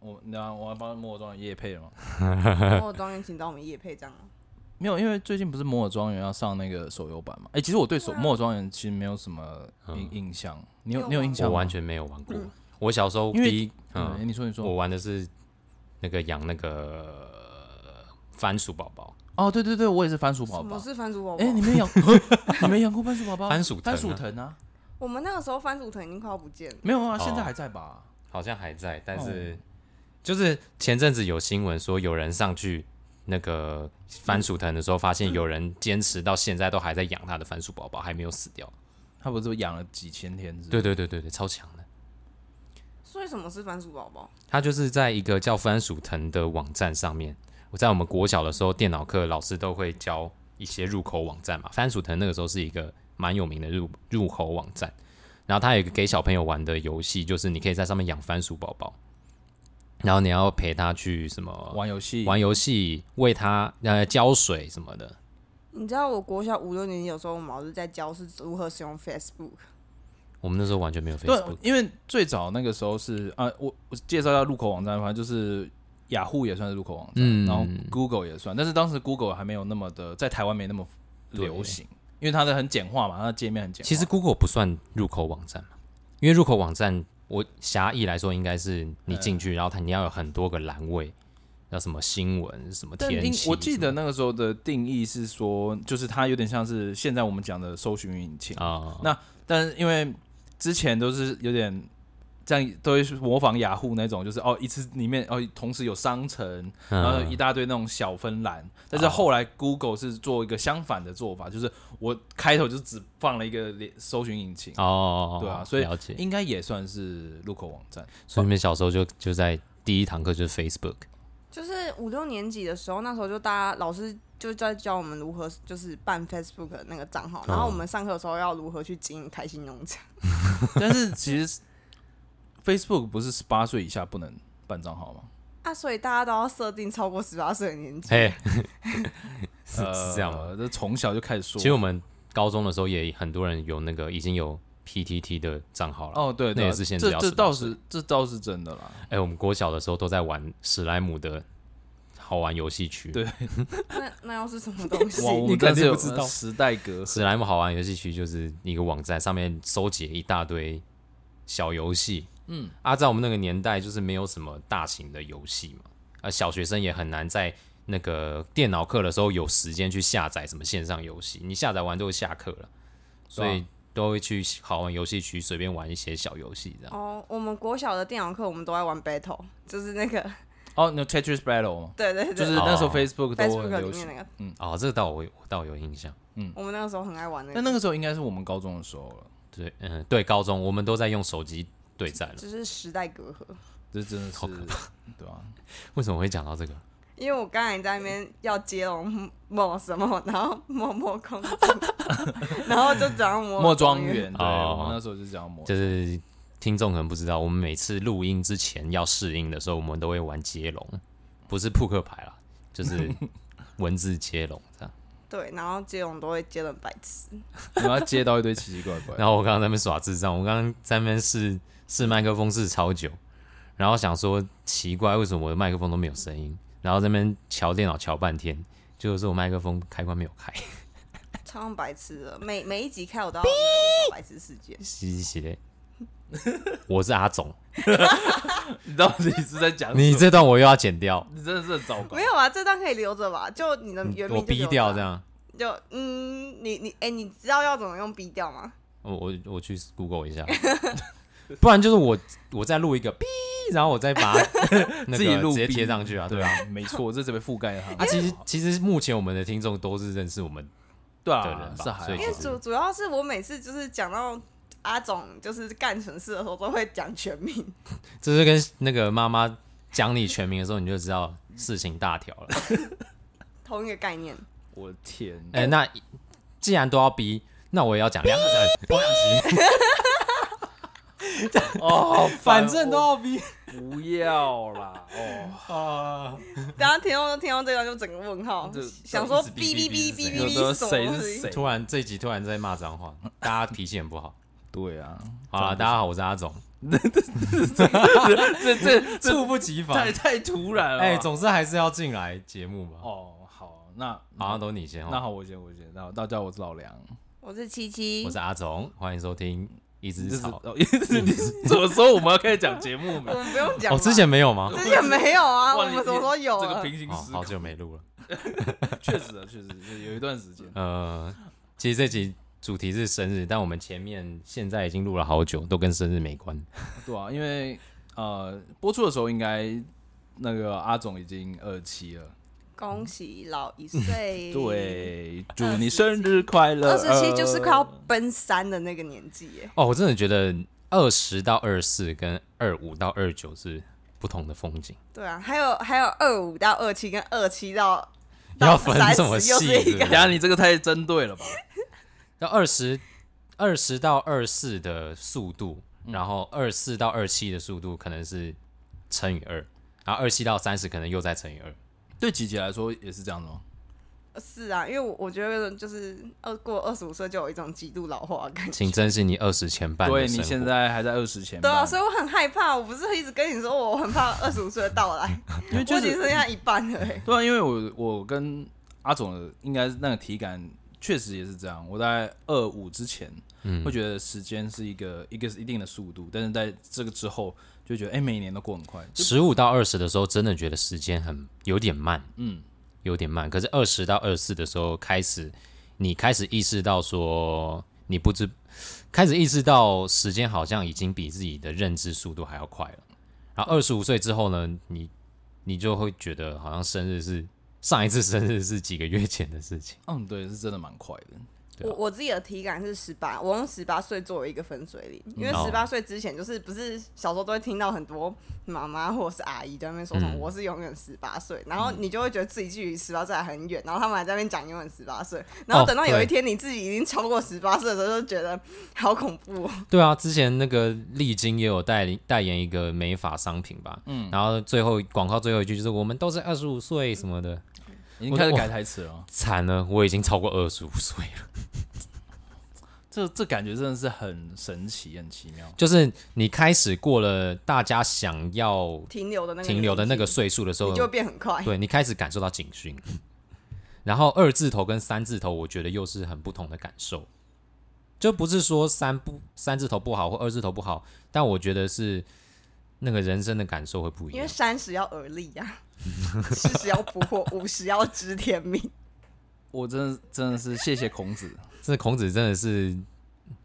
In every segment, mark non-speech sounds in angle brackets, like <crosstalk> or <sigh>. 我你知道我要帮摩尔庄园夜配了吗？ <laughs> 摩尔庄园哦请找我们叶配这样啊。没有，因为最近不是摩尔庄园要上那个手游版嘛？哎、其实我对啊手摩尔庄园其实没有什么印印象，你有有你有吗印象吗？嗯像嗯我完全没有玩过。我小时候因为第一，嗯，嗯诶，你说你说，我玩的是那个养那个呃番薯宝宝，哦，对对对，我也是番薯宝宝什么。是番薯宝宝？哎、你 <laughs> 没养，你没养过番薯宝宝？番薯藤啊番薯藤啊？我们那个时候番薯藤已经快要不见了。没有啊，哦现在还在吧？好像还在，但是、哦就是前阵子有新闻说有人上去那个番薯藤的时候，发嗯现有人坚持到现在都还在养他的番薯宝宝，还没有死掉。他不是养了几千天是不是？对对对对对，超强的。所以什么是番薯宝宝？他就是在一个叫番薯藤的网站上面。我在我们国小的时候，电脑课老师都会教一些入口网站嘛。番薯藤那个时候是一个蛮有名的入入口网站，然后它有一个给小朋友玩的游戏，就是你可以在上面养番薯宝宝，然后你要陪他去什么玩游戏，玩游戏，喂他呃浇水什么的。你知道我国小五六年级有时候，我们老师在教是如何使用 Facebook。我们那时候完全没有 Facebook，对，因为最早那个时候是啊，我我介绍一下入口网站，反正就是雅虎也算是入口网站，嗯然后 Google 也算，但是当时 Google 还没有那么的在台湾没那么流行，因为它的很简化嘛，它的界面很简化。其实 Google 不算入口网站嘛，因为入口网站我狭义来说应该是你进去，然后它你要有很多个栏位，要什么新闻、什么但天因气。我记什得么那个时候的定义是说，就是它有点像是现在我们讲的搜寻引擎，啊，那但是因为之前都是有点这样，都会模仿雅虎那种，就是哦一次里面哦同时有商城，嗯然后一大堆那种小分栏。但啊是后来 Google 是做一个相反的做法，就是我开头就只放了一个连搜寻引擎，哦，对啊所以了解。应该也算是入口网站。所以你们小时候就就在第一堂课就是 <laughs> Facebook，就是五六年级的时候，那时候就大家老师就在教我们如何就是办 Facebook 的那个账嗯号，然后我们上课的时候要如何去经营开心农场。但是其 <laughs> 实 Facebook 不是十八岁以下不能办账号吗？啊，所以大家都要设定超过十八岁的年纪。嘿，是 <laughs> 是这样吗？呃？这从小就开始说其。实我们高中的时候也很多人有那个已经有 PTT 的账号了。哦，对，对那也啊是限制这要这18倒岁是这倒是真的 <laughs> 啦。哎，我们国小的时候都在玩史莱姆的好玩游戏区。对 <laughs> 那那又是什么东西？哇，哦我你们肯真是定有呃不知道时代隔阂。史莱姆好玩游戏区就是一个网站，上面收集一大堆小游戏。嗯，啊，在我们那个年代，就是没有什么大型的游戏嘛，啊，小学生也很难在那个电脑课的时候有时间去下载什么线上游戏，你下载完就会下课了，所以都会去好玩游戏区随便玩一些小游戏这样。哦，我们国小的电脑课我们都在玩 battle，就是那个，哦，那 Tetris Battle 吗？对对对，就是那时候哦 Facebook 都 Facebook 很里流行，面那个，哦，这个倒我有我倒有印象。我们那个时候很爱玩那但个，那个时候应该是我们高中的时候了，对，嗯、对，高中我们都在用手机对战了。就是时代隔阂。这真的是好可对啊？为什么会讲到这个？因为我刚才在那边要接龙某什么，然后某某公主， <laughs> 然后就讲某莫庄，园，对，哦我们那时候就讲莫，就是听众可能不知道，我们每次录音之前要试音的时候，我们都会玩接龙，不是扑克牌啦，就是 <laughs> 文字接龙这样。对，然后接龙都会接的白痴，我们要接到一堆奇奇怪怪的。然后我刚刚在那边耍智障，我刚刚在那边试试麦克风试超久，然后想说奇怪，为什么我的麦克风都没有声音？然后在那边瞧电脑瞧半天，就是我麦克风开关没有开，超像白痴的。每每一集开我都要有那种白痴事件，嘻嘻嘻嘞。 <laughs> 我是阿总， <laughs> 你到底是在讲什么你这段我又要剪掉，你真的是很糟糕没。有啊，这段可以留着吧？就你的原名就我留逼着掉啊这，样。就嗯，你你哎、你知道要怎么用逼掉吗？我我我去 Google 一下， <laughs> 不然就是我我再录一个哔，然后我再把它 <laughs> 那自己个录直接逼贴上去啊，对对啊。啊，没错，这是被覆盖它。啊，其实其实目前我们的听众都是认识我们，对的啊人，吧是还所以好因为主主要是我每次就是讲到阿总就是干蠢事的时候，都会讲全名。这是跟那个妈妈讲你全名的时候，你就知道事情大条 <laughs> 了。同一个概念，我的天，哎、那既然都要逼，那我也要讲两个人，我两集， <laughs> 哦，好烦 <laughs> 反正都要逼不要啦，哦， <laughs> 啊。大家听到听到这段就整个问号这，想说这一直哔哔哔哔哔哔哔有的哔谁哔什么东是西？谁？突然这一集突然在骂脏话，大家脾气很不好。对啊，好了，大家好，我是阿总，这这这猝不及防。太太突然了吧。哎，总之还是要进来节目吧。哦，好，那好像都你先那哦。好，我先，我先，那大家好我是老梁，我是七七我，是阿总，欢迎收听一只就是草。哦， <laughs> 你什么时候我们要开始讲节目我名？们不用讲吧。哦，之前没有吗？之前没有啊，我哇们你什么时候 <laughs> 有这啊？个平行哦，时好空久没录了。确实啊，确实就是有一段时间。呃，其实这集主题是生日，但我们前面现在已经录了好久，都跟生日没关。对啊，因为呃，播出的时候应该那个阿总已经二七了，恭喜老一嗯 <laughs> 岁，，对，祝你生日快乐。呃二十七呃就是快要 <laughs> 奔三的那个年纪耶。哦，我真的觉得二十到二四跟二五到二九是不同的风景，对啊，还有还有二五到二七跟二七到要到分30这么又细是一是个不等一是。下你这个太针对了吧？要二十二十到二四的速度，嗯然后二四到二七的速度可能是乘以二，然后二七到三十可能又再乘以二。对琪琪来说也是这样的哦吗？ <laughs> 是啊，因为我我觉得就是二过二十五岁就有一种极度老化的感觉。请珍惜你二十前半的对生活。你现在还在二十前对半，啊，所以我很害怕，我不是一直跟你说我很怕二十五岁的到 <laughs> 来，因为我就已经是剩下一半了欸耶。对啊，因为我我跟阿总的应该是那个体感确实也是这样。我在二五之前，嗯会觉得时间是一个一个是一定的速度，但是在这个之后就觉得，哎、每一年都过很快。就十五到二十的时候，真的觉得时间很有点慢，嗯，有点慢。可是二十到二十四的时候，开始你开始意识到说，你不知开始意识到时间好像已经比自己的认知速度还要快了。然后二十五岁之后呢，你你就会觉得好像生日是上一次生日是几个月前的 <laughs> 事情。嗯，对，是真的蛮快的。对啊我我自己的体感是十八，我用十八岁作为一个分水岭，因为哦十八岁之前就是不是小时候都会听到很多妈妈或者是阿姨在那边说什么、嗯我是永远十八岁，然后你就会觉得自己距离十八岁还很远，然后他们还在那边讲永远十八岁，然后哦等到有一天你自己已经超过十八岁的时候，就觉得好恐怖、哦。对啊，之前那个丽晶也有代理代言一个美发商品吧，嗯，然后最后广告最后一句就是我们都是二十五岁什么的。已经开始改台词了哦，惨了，我已经超过二十五岁了。 <laughs> 这这感觉真的是很神奇，很奇妙。就是你开始过了大家想要停留的那个停留的那个年纪岁数的时候你，就会变哎很快。对你开始感受到警讯。 <laughs> 然后二字头跟三字头，我觉得又是很不同的感受。就不是说三不三字头不好或二字头不好，但我觉得是那个人生的感受会不一因为样。三十要而立呀、啊， <laughs> 四十要不 <laughs> 惑，五十要知天命。我真的真的是谢谢孔子。这孔子真的是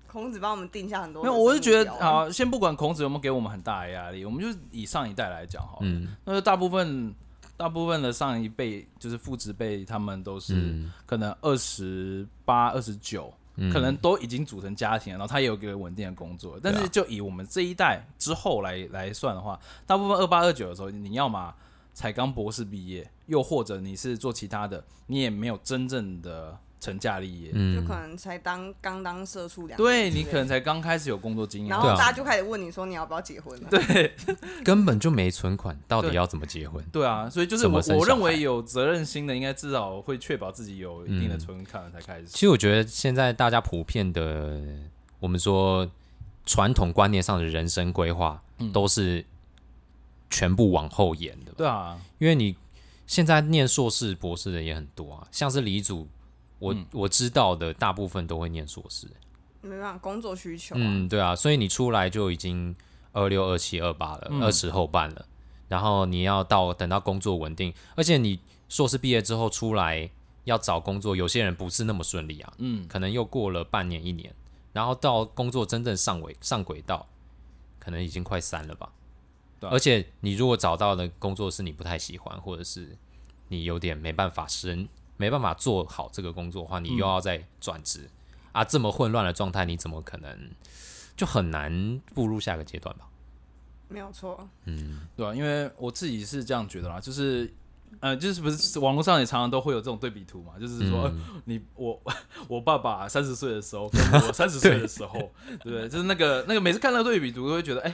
孔子帮我们定下很多没人有，生目标。我是觉得啊，先不管孔子有没有给我们很大的压力，我们就以上一代来讲好了。嗯那就大部分大部分的上一辈就是父职辈，他们都是嗯可能二十八、二十九，可能都已经组成家庭了，然后他也有一个稳定的工作。啊但是就以我们这一代之后来来算的话，大部分二八、二九的时候，你要嘛才刚博士毕业，又或者你是做其他的，你也没有真正的成家立业。就嗯可能才当刚当社畜两年对之类你的可能啊才刚开始有工作经验，然后大家就开始问你说你要不要结婚了？对，根本就没存款，到底对要怎么结婚？对啊，所以就是怎么我生我小认孩为有责任心的，应该至少会确保自己有一定的嗯存款才开始。其实我觉得现在大家普遍的，我们说传统观念上的人生规划，都是全部往后延的吧。对啊，因为你现在念硕士、博士的也很多啊，像是李组，我、我知道的大部分都会念硕士。没办法，工作需求、啊。嗯，对啊，所以你出来就已经二六、二七、二八了，嗯二十、后半了，然后你要到等到工作稳定，而且你硕士毕业之后出来要找工作，有些人不是那么顺利啊。嗯，可能又过了半年一年，然后到工作真正上轨上轨道，可能已经快三了吧。对啊而且你如果找到的工作是你不太喜欢，或者是你有点没办法升，没办法做好这个工作的话，嗯你又要再转职、啊，这么混乱的状态，你怎么可能就很难步入下个阶段吧？没有错，对啊，因为我自己是这样觉得啦，就是。呃，就是不是网络上也常常都会有这种对比图嘛？就是说，嗯呃 <laughs> 你我我爸爸三十岁的时候，跟我三十岁的时候，对不对？就是那个那个，每次看到对比图都会觉得，哎、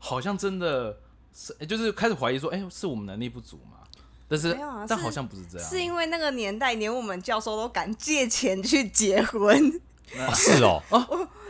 好像真的是，哎就是开始怀疑说，哎、是我们能力不足嘛？但是，没有啊但是好像不是这样，是因为那个年代连我们教授都敢借钱去结婚，哦是哦，我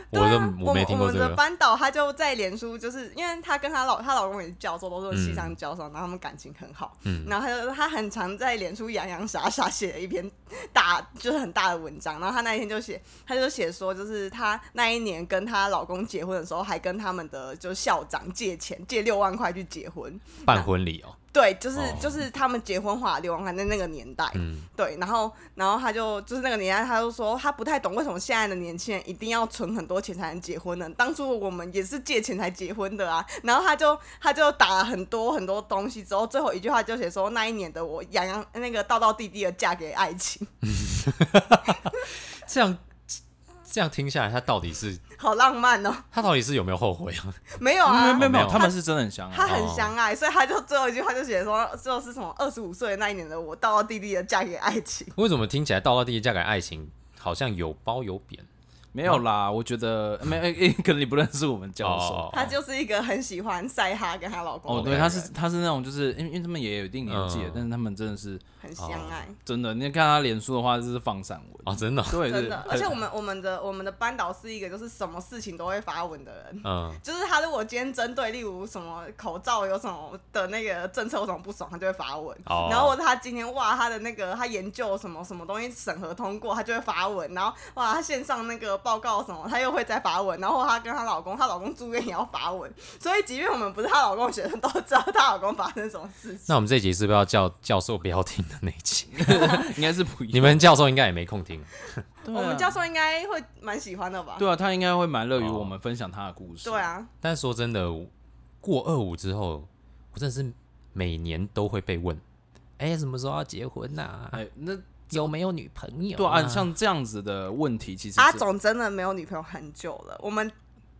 对都啊我没听过们我们这的个，班导他就在脸书，就是因为她跟她老她老公也是教授，都是西商教授，然后他们感情很好。嗯然后他就他很常在脸书洋洋洒洒写了一篇大就是很大的文章。然后她那一天就写，她就写说，就是她那一年跟她老公结婚的时候，还跟他们的就校长借钱，借六万块去结婚。办婚礼哦，对，就是、哦就是他们结婚花了六万块，在那个年代。嗯，对，然后然后他就就是那个年代，他就说他不太懂为什么现在的年轻人一定要存很多钱才能结婚呢？当初我们也是借钱才结婚的啊。然后他就他就打了很多很多东西之后，最后一句话就写说那一年的我洋洋那个道道地地的嫁给爱情， <laughs> 这样这样听下来，他到底是好浪漫哦。他到底是有没有后悔啊？ <laughs> 没有啊，没有没哦没有，有他们是真的很相他爱。很相爱，所以他就最后一句话就写说就是什么二十五岁的那一年的我道道地地的嫁给爱情。为什么听起来《道到地地嫁给爱情》好像有褒有贬？没哦有啦，我觉得没，诶 <laughs> 诶可能你不认识我们教哦授。她就是一个很喜欢晒哈跟她老公哦，的人，对，他是他是那种，就是因为因为他们也有一定年纪了嗯，但是他们真的是很相爱。真的，你看他脸书的话，就是放散文。哦，真的哦，对真对，的，对而且我们我们的我们的班导是一个就是什么事情都会发文的人，嗯，就是他如果今天针对例如什么口罩有什么的那个政策有什么不爽，他就会发文。哦然后或者他今天哇他的那个他研究什么什么东西审核通过，他就会发文。然后哇他线上那个报告什么，他又会再发文。然后他跟她老公，她老公住院也要发文。所以即便我们不是她老公的学生，都知道她老公发生什么事情。那我们这一集是不是要叫教授不要听的那一集？ <laughs> 应该是不一你样。们教授应该也没空听，对啊我们教授应该会蛮喜欢的吧？哦对啊，他应该会蛮乐于我们分享他的故事。对，啊，但是说真的，过二五之后，我真的是每年都会被问，哎、什么时候要结婚呐、哎，那有没有女朋友、对啊，像这样子的问题，其实阿是总真的没有女朋友很久了，我们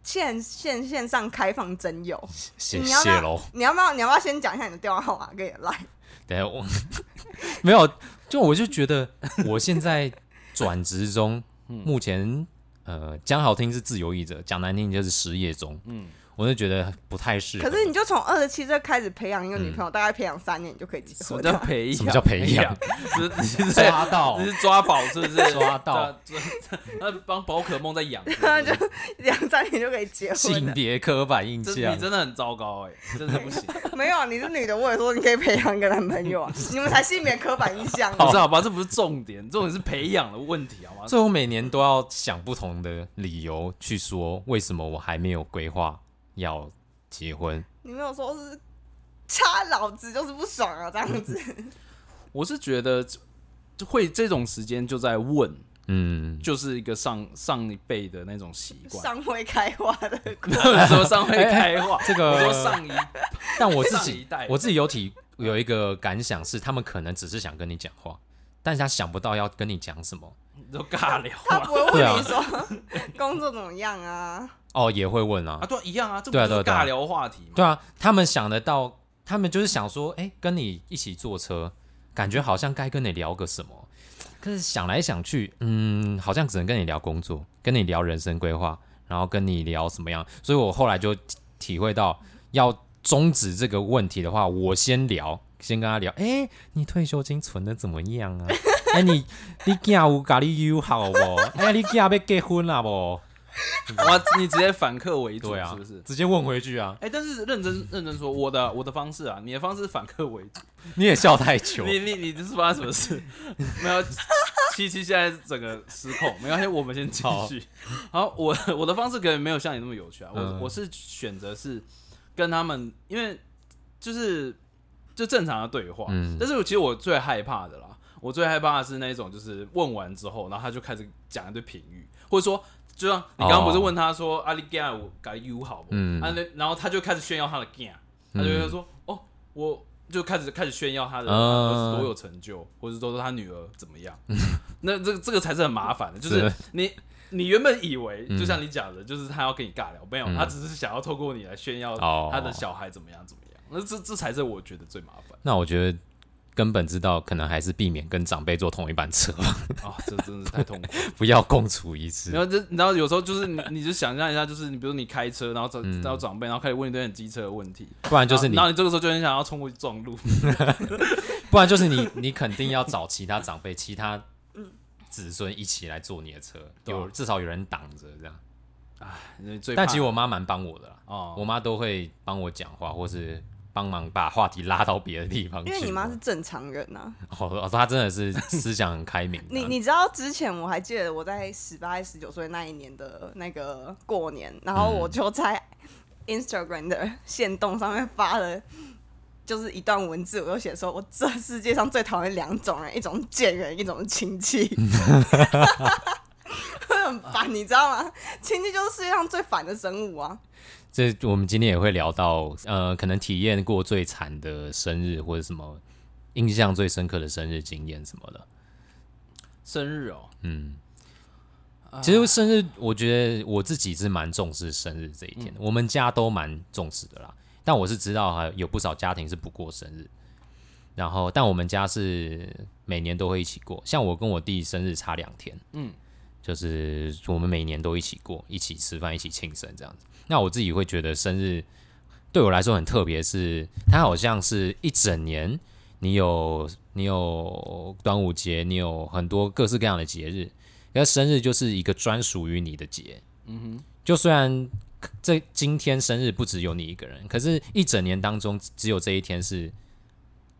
线线线上开放真友，谢你要不谢要喽。？你要不要？你要不要先讲一下你的电话号码给来？ <laughs> 等一下我 <laughs> 没有，就我就觉得我现在转职中，目前呃讲好听是自由译者，讲难听就是失业中。嗯，我就觉得不太适合。可是 <laughs> 你就从二十七岁开始培养一个女朋友，大概培养三年，你就可以结什么婚叫了。培养？什么叫培养？ <laughs> 是 <laughs> 是抓到你 <laughs> 是抓宝是不是？抓 <laughs> 到抓，抓那帮宝可梦在 <laughs> 养。是不就是两三年就可以结婚性了，别刻板印这象你，真的很糟糕哎、真的不行。没有，啊你是女的，我也说你可以培养一个男朋 <laughs> 友啊，你们才性别刻板印象。啊不是好吧？这不是重点，重点是培养的问题好吗？所以我每年都要想不同的理由去说为什么我还没有规划要结婚。你没有说是插老子就是不爽啊，这样 <laughs> 子。我是觉得就会这种时间就在问，嗯，就是一个上上一辈的那种习惯。上会开花 <laughs> 的果，他们说上会开化，哎这个我说上一但我自上一己代我自己有体有一个感想是，他们可能只是想跟你讲话，但是他想不到要跟你讲什么。都尬聊他啊不会问对啊你说工作怎么样啊？哦，也会问啊啊，，对啊，一样啊，这不对啊就是对啊对啊尬聊话题吗？对啊，他们想得到，他们就是想说，哎、跟你一起坐车，感觉好像该跟你聊个什么，可是想来想去，嗯，好像只能跟你聊工作，跟你聊人生规划，然后跟你聊什么样，所以我后来就体体会到，要终止这个问题的话，我先聊。先跟他聊，哎、你退休金存的怎么样啊？哎、你你囝有咖喱友好不？哎、你囝要结婚了不？哇，你直接反客为主啊对啊，是不是？直接问回去啊！哎、但是认真认真说，我的我的方式啊，你的方式是反客为主。 <laughs> 你也笑太久了，你你你这是发生什么 <laughs> 事？没有，七七现在整个失控，没关系，我们先继续。好，我我的方式可能没有像你那么有趣啊，我、嗯我是选择是跟他们，因为就是就正常的对话，嗯但是我其实我最害怕的啦，我最害怕的是那一种就是问完之后，然后他就开始讲一堆评语，或者说。就像你刚刚不是问他说啊阿里干我该 U 好不？哦嗯啊，那然后他就开始炫耀他的 g 他就会说、哦，我就开始开始炫耀他的嗯儿子多有成就，或者说他女儿怎么 <laughs> 样。那这个这个才是很麻烦的，就是是你你原本以为就像你讲的，就是他要跟你尬聊，没有，嗯他只是想要透过你来炫耀哦他的小孩怎么样怎么样。那这这才是我觉得最麻烦那我觉得根本之道可能还是避免跟长辈坐同一班车 <laughs> 吧，啊、这真的是太痛苦了。不要共处一 <laughs> 然室。后这然后有时候就是你你就想象一下，就是你比如你开车，然后找找长辈，然后开始问一堆很机车的问题，不然嗯就是然后你然，后你这个时候就很想要冲过去撞路。 <laughs> 不然就是你，你肯定要找其他长辈，其他子孙一起来坐你的车，对啊有至少有人挡着这样。你最怕但其实我妈蛮帮我的啦，哦，我妈都会帮我讲话，或是帮忙把话题拉到别的地方去。因为你妈是正常人啊。。哦，哦她真的是思想很开明 <laughs> 啊你你知道之前我还记得我在十八、十九岁那一年的那个过年，然后嗯我就在 <laughs> Instagram 的线动上面发了。就是一段文字，我就写说，我这世界上最讨厌两种人，一种是贱人，一种是亲戚， <laughs> 会很烦，你知道吗？亲戚就是世界上最烦的生物啊！这我们今天也会聊到，呃，可能体验过最惨的生日或者什么印象最深刻的生日经验什么的。生日哦，嗯，其实生日，我觉得我自己是蛮重视生日这一天的，我们家都蛮重视的啦。但我是知道，还有不少家庭是不过生日，然后但我们家是每年都会一起过。像我跟我弟生日差两天，嗯，就是我们每年都一起过，一起吃饭，一起庆生这样子。那我自己会觉得生日对我来说很特别，是它好像是一整年，你有你有端午节，你有很多各式各样的节日，可是生日就是一个专属于你的节。嗯就虽然这今天生日不只有你一个人，可是一整年当中只有这一天是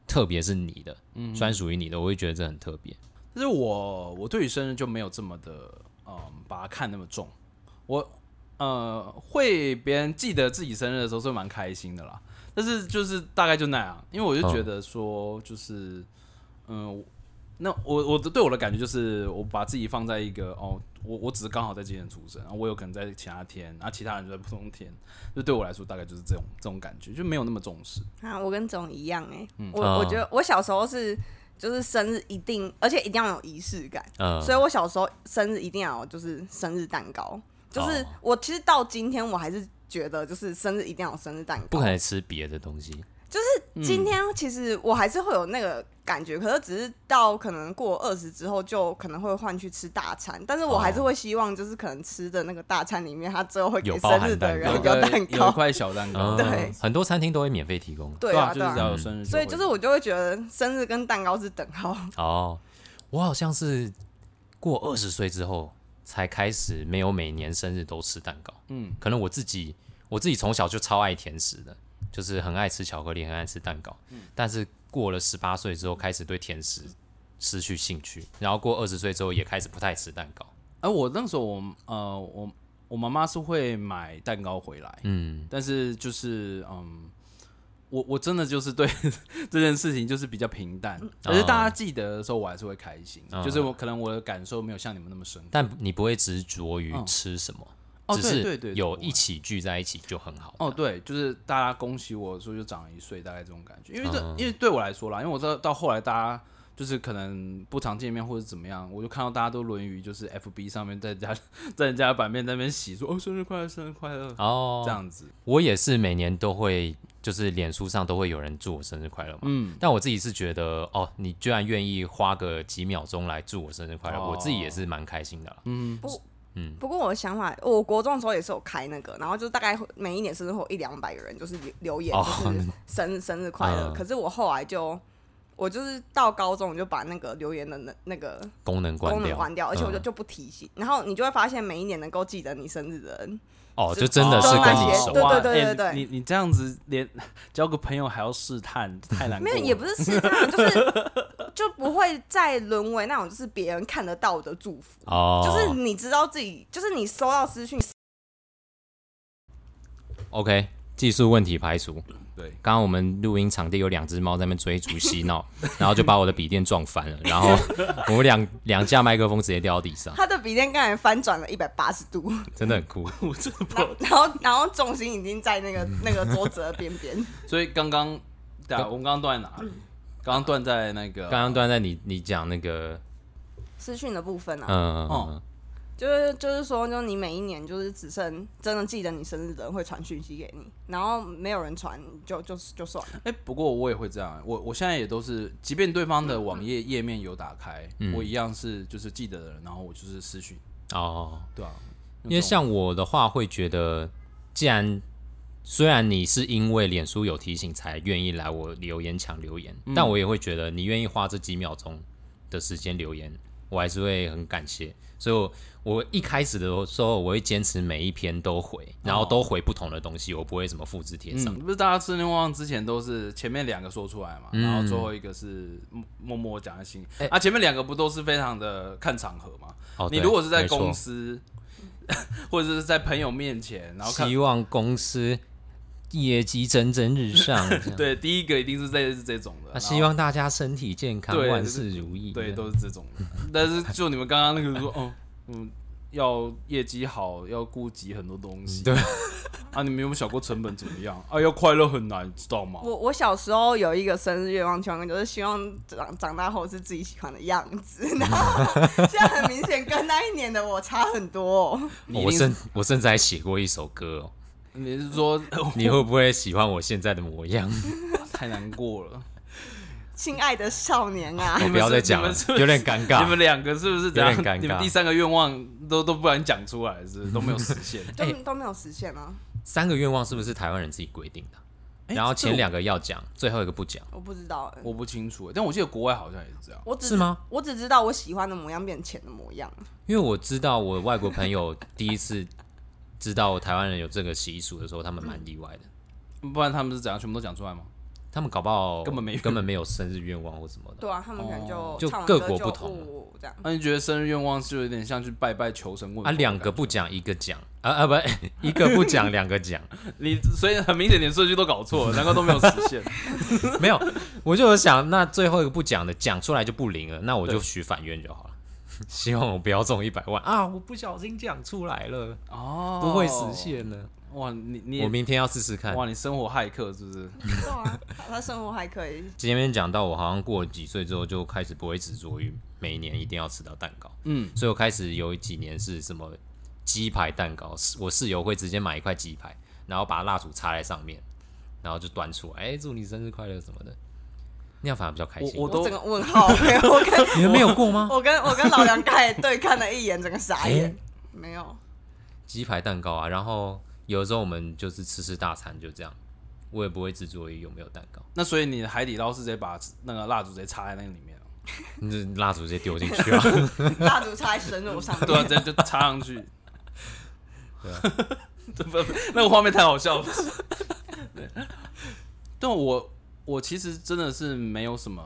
特别是你的，嗯专属于你的，我会觉得这很特别。哼，但是我我对于生日就没有这么的，嗯，把它看那么重。我呃，会别人记得自己生日的时候是蛮开心的啦，但是就是大概就那样，因为我就觉得说，就是嗯、那我我的对我的感觉就是，我把自己放在一个哦，我我只是刚好在今天出生，然后我有可能在其他天，啊，其他人就在不同天，就对我来说大概就是这种这种感觉，就没有那么重视。啊，我跟总一样哎、我哦我觉得我小时候是就是生日一定，而且一定要有仪式感，嗯，所以我小时候生日一定要有就是生日蛋糕，就是哦我其实到今天我还是觉得就是生日一定要有生日蛋不糕可。能吃别的东西。今天其实我还是会有那个感觉，可是只是到可能过二十之后就可能会换去吃大餐，但是我还是会希望就是可能吃的那个大餐里面，他最后会给有包生含日的人有一啊有个蛋 <laughs> 有一糕。块小蛋糕，嗯对很多餐厅都会免费提供。对啊，啊，就对是只要啊，有生日，所以就是我就会觉得生日跟蛋糕是等号。哦，我好像是过二十岁之后才开始没有每年生日都吃蛋糕。嗯，可能我自己我自己从小就超爱甜食的，就是很爱吃巧克力，很爱吃蛋糕。嗯但是过了十八岁之后，开始对甜食失去兴趣，然后过二十岁之后也开始不太吃蛋糕。而哎我那时候我呃我我妈妈是会买蛋糕回来，嗯，但是就是嗯，我我真的就是对 <laughs> 这件事情就是比较平淡，可是大家记得的时候我还是会开心，嗯就是我可能我的感受没有像你们那么深刻。但你不会执着于嗯吃什么，哦只对对是对有不会一起聚在一起就很好。哦，对，就是大家恭喜我说就长了一岁，大概这种感觉。因为这，嗯因为对我来说啦，因为我到到后来大家就是可能不常见面或者怎么样，我就看到大家都轮于就是 FB 上面在人家在人家版面在那边洗说哦生日快乐，生日快乐、哦，这样子。我也是每年都会，就是脸书上都会有人祝我生日快乐嘛。嗯，但我自己是觉得，哦，你居然愿意花个几秒钟来祝我生日快乐，哦嗯我自己也是蛮开心的啦。嗯不过我的想法，我国中的时候也是有开那个，然后就大概每一年生日会有一两百个人，就是留留言，哦就是生日生日快乐。嗯可是我后来就，我就是到高中我就把那个留言的那那个功能关功能掉，关掉，而且我就嗯就不提醒。然后你就会发现，每一年能够记得你生日的人，哦，就就真的是都跟你那些熟，啊对哇对对哎对对你你这样子连交个朋友还要试探，太难过没了。有也不是是这样，就是 <laughs> 就不会再沦为那种就是别人看得到的祝福。哦，就是你知道自己，就是你收到私讯， OK，技术问题排除。 <laughs> 对，刚刚我们录音场地有两只猫在那边追逐嬉 <laughs> 闹，然后就把我的笔电撞翻了，然后 <laughs> 我们两两架麦克风直接掉到地上，他的笔电刚才翻转了一百八十度。真的很酷。我真的不然后然 <laughs> 后然后重心已经在那个嗯那个桌子的边边，所以刚刚，对啊，我们刚刚断在哪？刚刚断在那个，刚刚端在你你讲那个， <laughs> 私讯的部分啊，嗯，哦就是就是说，就你每一年就是只剩真的记得你生日的人会传讯息给你，然后没有人传就就就算了。哎、不过我也会这样，我我现在也都是，即便对方的网页页面有打开，嗯我一样是就是记得的人，然后我就是私讯，哦，对啊，因为像我的话，会觉得，既然虽然你是因为脸书有提醒才愿意嗯来我留言墙留言，但我也会觉得你愿意花这几秒钟的时间留言，我还是会很感谢。所以我，我一开始的时候，我会坚持每一篇都回，然后都回不同的东西，我不会什么复制贴上。哦嗯，不是大家吃牛旺之前都是前面两个说出来嘛，然后嗯最后一个是默默讲在心里、啊，前面两个不都是非常的看场合嘛？哎哦，你对如果是在没错公司 <laughs> 或者是在朋友面前，然后看希望公司业绩蒸蒸 <laughs> 日上。这样，对第一个一定是这是这种的，那然后希望大家身体健康，对万就是事如意。对都是这种 <laughs> 的。但是就你们刚刚那个说，哦，嗯，要业绩好，要顾及很多东西，对嗯啊，你们有没有想过成本怎么样啊？要快乐很难，知道吗？我我小时候有一个生日愿望清单，就是希望长长大后是自己喜欢的样子。 <laughs> 然后现在很明显，跟那一年的我差很多、哦。你一我定甚我甚至还写过一首歌哦。你是说你会不会喜欢我现在的模 <laughs> 样？太难过了？亲爱的少年啊，我不要再讲你了们是不，是有点尴你尬们。两个是不是这有点尴样？尬你们第三个愿望都都不敢讲出来，是不是都没有实现。都、都没有实现啊，三个愿望是不是台湾人自己规定的？啊然后前两个要讲，最后一个不讲。我不知道、欸。我不清楚，但我记得国外好像也是这样。我只是吗？我只知道我喜欢的模样变浅的模样。因为我知道我外国朋友第一次知道台湾人有这个习俗的时候，他们蛮嗯意外的。不然他们是怎样？全部都讲出来吗？他们搞不好根本没根本没有生日愿望或什 <laughs> 么的。对啊，他们可能就、哦就唱完各歌国不就同哦这样。那、你觉得生日愿望是有点像去拜拜求神问佛的啊，感觉两个不讲，一个讲啊啊不， <laughs> 一个不讲，两个讲。你，所以很明显你的顺序都搞错了，难怪都没有实 <laughs> 现。没有，我就有想，那最后一个不讲的讲出来就不灵了，那我就许反愿就好了。 <laughs> 希望我不要中一百万啊！我不小心讲出来了，哦不会实。现了。哇，你你我也明天要试试看。哇，你生活骇客是不是？对啊，他他生活还可以。前面讲到，我好像过了几岁之后就开始不会执着于每年一定要吃到蛋糕，嗯，所以我开始有几年是什么鸡排蛋糕，我室友会直接买一块鸡排，然后把蜡烛插在上面，然后就端出来，哎、祝你生日快乐什么的，那样反而比较开心。我都我整个问号，我跟 <laughs> 你们没有过吗？我跟我跟老杨刚才对看了一眼，整个哎傻眼。哎没有，鸡排蛋糕啊，然后有的时候我们就是吃吃大餐，就这样，我也不会执着于有没有蛋糕，那所以你的海底捞是直接把那个蜡烛直接插在那个里面哦那蜡烛直接丢进去 <laughs> 啊。蜡烛插在生肉上 <laughs> 面。对啊，直接就插上去。 <laughs> 对啊，不那个画面太好 <laughs> 笑了。对，但我我其实真的是没有什么，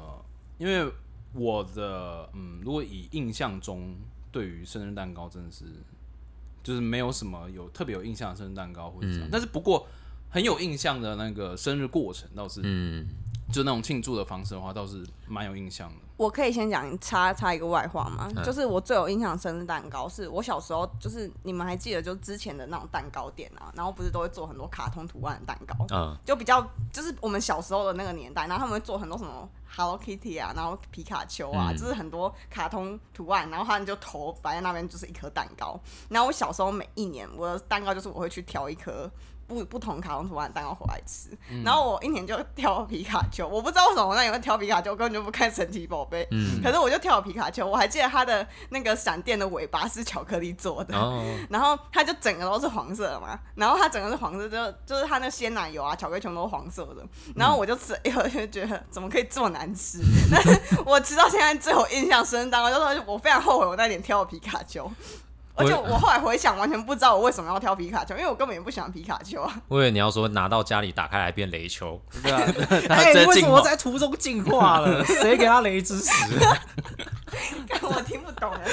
因为我的嗯，如果以印象中对于生日蛋糕真的是就是没有什么有特别有印象的生日蛋糕或者这样，但是不过很有印象的那个生日过程倒是，嗯，就那种庆祝的方式的话，倒是蛮有印象的。我可以先讲插插一个外话吗？嗯就是我最有印象的生日蛋糕，是我小时候，就是你们还记得，就之前的那种蛋糕店啊，然后不是都会做很多卡通图案的蛋糕，啊、就比较就是我们小时候的那个年代，然后他们会做很多什么 Hello Kitty 啊，然后皮卡丘啊，嗯就是很多卡通图案，然后他们就头摆在那边就是一颗蛋糕。然后我小时候每一年我的蛋糕就是我会去挑一颗。不不同卡通图案的蛋糕回来吃，嗯然后我一年就挑皮卡丘，我不知道为什么我那年会挑皮卡丘，我根本就不看神奇宝贝，嗯可是我就挑了皮卡丘，我还记得它的那个闪电的尾巴是巧克力做的，然后然后它就整个都是黄色的嘛，然后它整个是黄色，就就是它那鲜奶油啊、巧克力全部都是黄色的。嗯然后我就吃了一盒， <laughs> 就觉得怎么可以这么难吃？ <laughs> 但是我吃到现在最有印象深当，就是我非常后悔我那年挑了皮卡丘。而且我后来回想，完全不知道我为什么要挑皮卡丘，因为我根本也不喜欢皮卡丘啊。 <laughs> 我以为你要说拿到家里打开来变雷球， <laughs> 对啊，他哎直接进化在途中进化 <laughs> 了？谁给他雷之石？干我听不懂哎，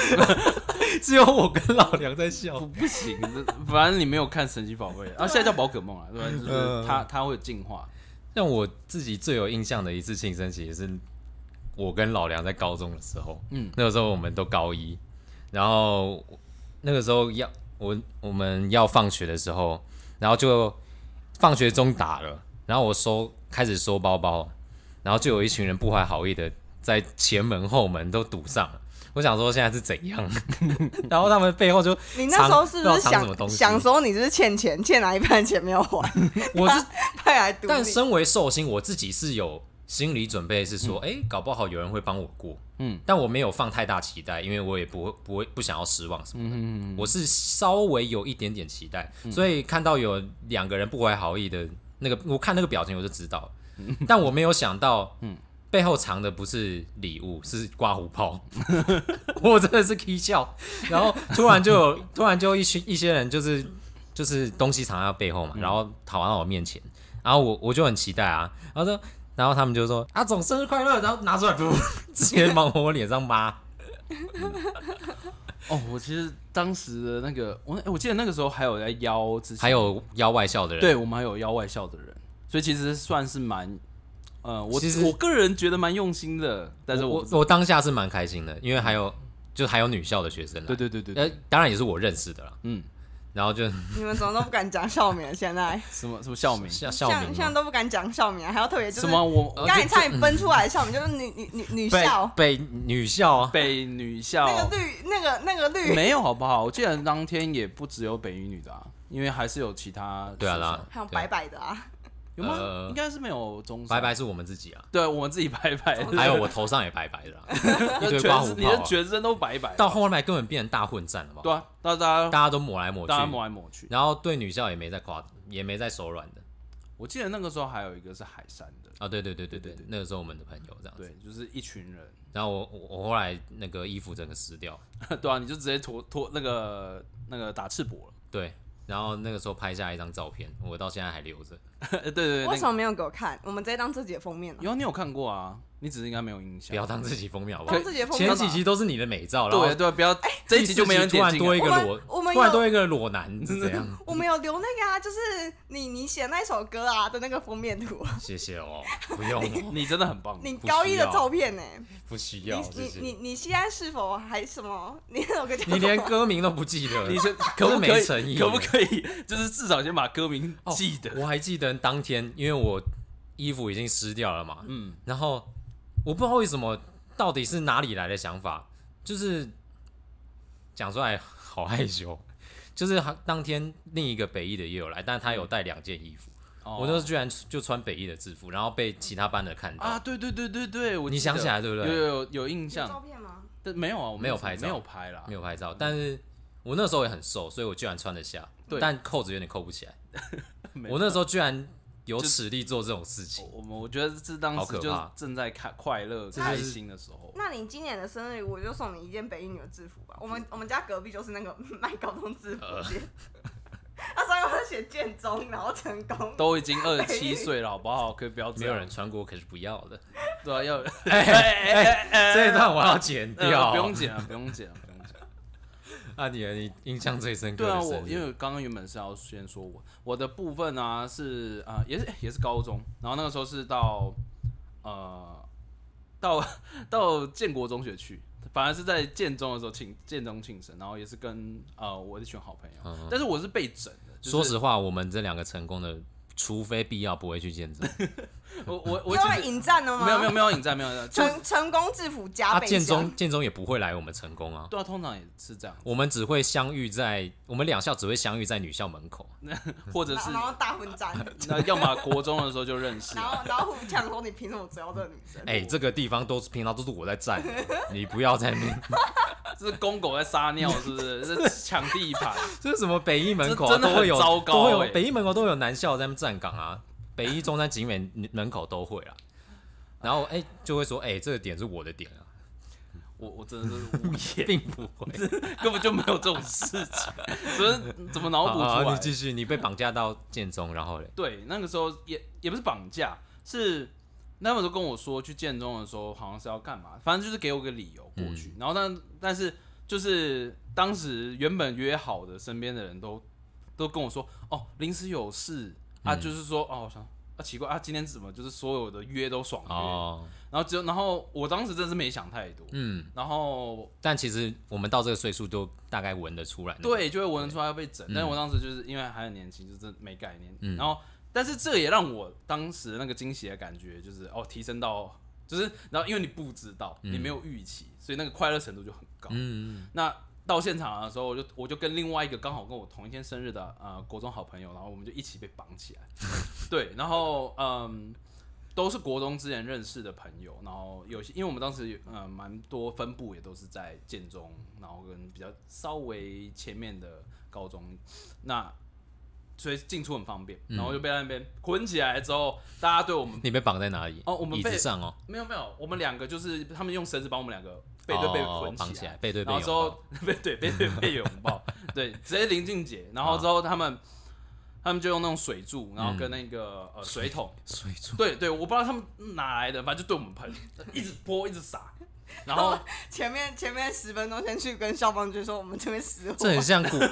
<laughs> 只有我跟老梁在笑不。不行，这反正你没有看神奇宝贝，然后现在叫宝可梦啊，对吧？就是它它会进化，像我自己最有印象的一次庆生，其实是我跟老梁在高中的时候，嗯嗯，那个时候我们都高一，然后那个时候要我我们要放学的时候，然后就放学钟打了，然后我收开始收包包，然后就有一群人不怀好意的在前门后门都堵上了。我想说现在是怎样， <laughs> 然后他们背后就你那时候是不是藏不知道藏什么想东西想说你是不是欠钱，欠哪一半钱没有还， <laughs> 我是派来堵但你？身为寿星，我自己是有心理准备，是说，哎、搞不好有人会帮我过，嗯嗯，但我没有放太大期待，因为我也不会不会不想要失望什么的，嗯我是稍微有一点点期待，所以看到有两个人不怀好意的那个，我看那个表情我就知道了，但我没有想到，嗯，背后藏的不是礼物，是刮胡泡。 <laughs> 我真的是 k 笑，然后突然就有，突然就一群一些人就是就是东西藏在背后嘛，然后跑到我面前，然后我我就很期待啊，然后说，然后他们就说阿总生日快乐，然后拿出来，噗 <laughs> 直接往我脸上抹。哦，我其实当时的那个，我我记得那个时候还有在邀之前，还有邀外校的人，对我们还有邀外校的人，所以其实算是蛮，呃，我其实我个人觉得蛮用心的，但是我我我我当下是蛮开心的，因为还有就还有女校的学生来，对对对对，对呃，当然也是我认识的啦，嗯，然后就你们怎么都不敢讲校名？现 <laughs> 在什么什么校名校校像名像嘛都不敢讲校名，啊还要特别就是什么我呃刚才差点奔出来的校名，就是女女女女校被被女校啊，北女校那个绿那个那个绿，没有好不好？我记得当天也不只有北一女的啊，因为还是有其他对啊学校啦，还有白白的啊，有吗？呃应该是没有中山拜拜，是我们自己啊，对我们自己拜拜，还有我头上也拜拜的 <laughs> 啦，一全堆是刮胡你泡的啊。全身都白白，到后来根本变成大混战了吧？对啊，到大家大家都抹来抹去大，家抹来抹去。然后对女校也没在夸，也没在手软的我记得那个时候还有一个是海山的，啊。对对对对对对对，那个时候我们的朋友这样子。对，就是一群人， <laughs> 然后我我我后来那个衣服整个湿掉，对啊，你就直接脱脱那个那个打赤膊了， <laughs> 对，然后那个时候拍下一张照片，我到现在还留着。对对对，为那什么个没有给我看？我们直接当自己的封面了。有啊你有看过啊？你只是应该没有印象，不要当自己封面好不好当？自己的封面前吧几集都是你的美照，然后对对，不要哎这一集就没人突点然进啊多一来，个裸，我们我们突然有多一个裸男是怎样？ <laughs> 我们有留那个啊，就是你你写那首歌啊的那个封面 <laughs> 图，谢谢哦，不用哦，你真的很棒，你不需高一的要照片呢、不需你要，谢你你谢。你现在是否还什么？你那首歌叫什你连么歌名都不记得，你 <laughs> 是可不可真的没以？诚意，可不可以？就是至少先把歌名哦记得。我还记得当天，因为我衣服已经湿掉了嘛，嗯，然后我不知道为什么，到底是哪里来的想法，就是讲出来好害羞。就是当天另一个北艺的也有来，但他有带两件衣服，哦我那时候居然就穿北艺的制服，然后被其他班的看到。啊，对对对对对，我你记想得起来对不对有有有有印有照象，片吗？但没有啊，我们没有拍照没有拍啦，没有有拍照，但是我那时候也很瘦，所以我居然穿得下，对但扣子有点扣不起来。 <laughs> 没哦我那时候居然有实力做这种事情，我们我觉得是当好时可就怕正在开快乐这开就是心的时候，那你今年的生日，我就送你一件北一女的制服吧。我们我们家隔壁就是那个 <laughs> 卖高中制服呃店， <laughs> 他上面会写建中，然后成功。都已经二十七岁了，好不好？可以不要这没样有人穿过，可是不要的。对啊，要 <laughs> 哎哎哎， <laughs> 这一段我要剪掉， <laughs> 呃不用剪啊，不用剪啊，不用剪。啊！你的你印象最深刻对啊，的我生因日，为刚刚原本是要先说我我的部分啊是啊、呃也是也是高中，然后那个时候是到呃到到建国中学去，反而是在建中的时候庆建中庆生，然后也是跟呃我的一群好朋友，嗯但是我是被整的，就是、说实话，我们这两个成功的，除非必要，不会去见证。 <laughs> 我我我 <laughs> 又要其实引战了吗？没有没有没有引战没有，没有就是成成功制服加啊，北建校中建中也不会来我们成功啊，对啊，通常也是这样，我们只会相遇在我们两校只会相遇在女校门口。或者然是啊后然后大混战，那要么国中的时候就认识然，后然后互呛说你凭什么追到这个女 <laughs> 生？哦哎，这个地方都是平常都是我在站的， <laughs> 你不要在那边， <laughs> 这是公狗在撒尿是不是？这是抢地盘。这是什么北一门口啊这真的都会有很糟糕都会哎有北一门口都有男校在那边站岗啊，北一中山景美门口都会啊。然后哎就会说哎这个点是我的点 <laughs> 啊，我我真的是无言，并不会。根本就没有这种事情，怎么怎么脑补好出好来？你继续，你被绑架到建中，然后嘞，对，那个时候也也不是绑架，是那个时候跟我说去建中的时候好像是要干嘛，反正就是给我个理由过嗯去。然后但但是就是当时原本约好的身边的人都都跟我说，哦，临时有事啊，嗯就是说哦，我想啊奇怪啊，今天怎么就是所有的约都爽约？哦，然后只有然后我当时真的是没想太多，嗯，然后但其实我们到这个岁数都大概闻得出来，，对，就会闻得出来要被整。嗯但是我当时就是因为还很年轻，就真的没概念。嗯然后，但是这也让我当时那个惊喜的感觉，就是哦，提升到就是，然后因为你不知道，你没有预期，所以那个快乐程度就很高。嗯，那到现场的时候，我就我就跟另外一个刚好跟我同一天生日的呃国中好朋友，然后我们就一起被绑起来。 <laughs> 对，然后嗯，都是国中之前认识的朋友，然后有些因为我们当时呃蛮多分部也都是在建中，然后跟比较稍微前面的高中，那所以进出很方便，然后就被那边捆起来之后，大家对我们你被绑在哪里？哦我们椅被子上哦，没有没有，我们两个就是他们用绳子把我们两个背对背哦捆绑起起来来，，背对背然后之拥抱。后背对背对背拥抱，对，直接临近姐，然后之后他们。他们就用那种水柱，然后跟那个、呃水桶，水 <laughs> 柱对对，我不知道他们哪来的，反正就对我们喷，一直泼一直洒，然后前面前面十分钟先去跟消防局说我们这边失火，这很像古 <laughs> 古，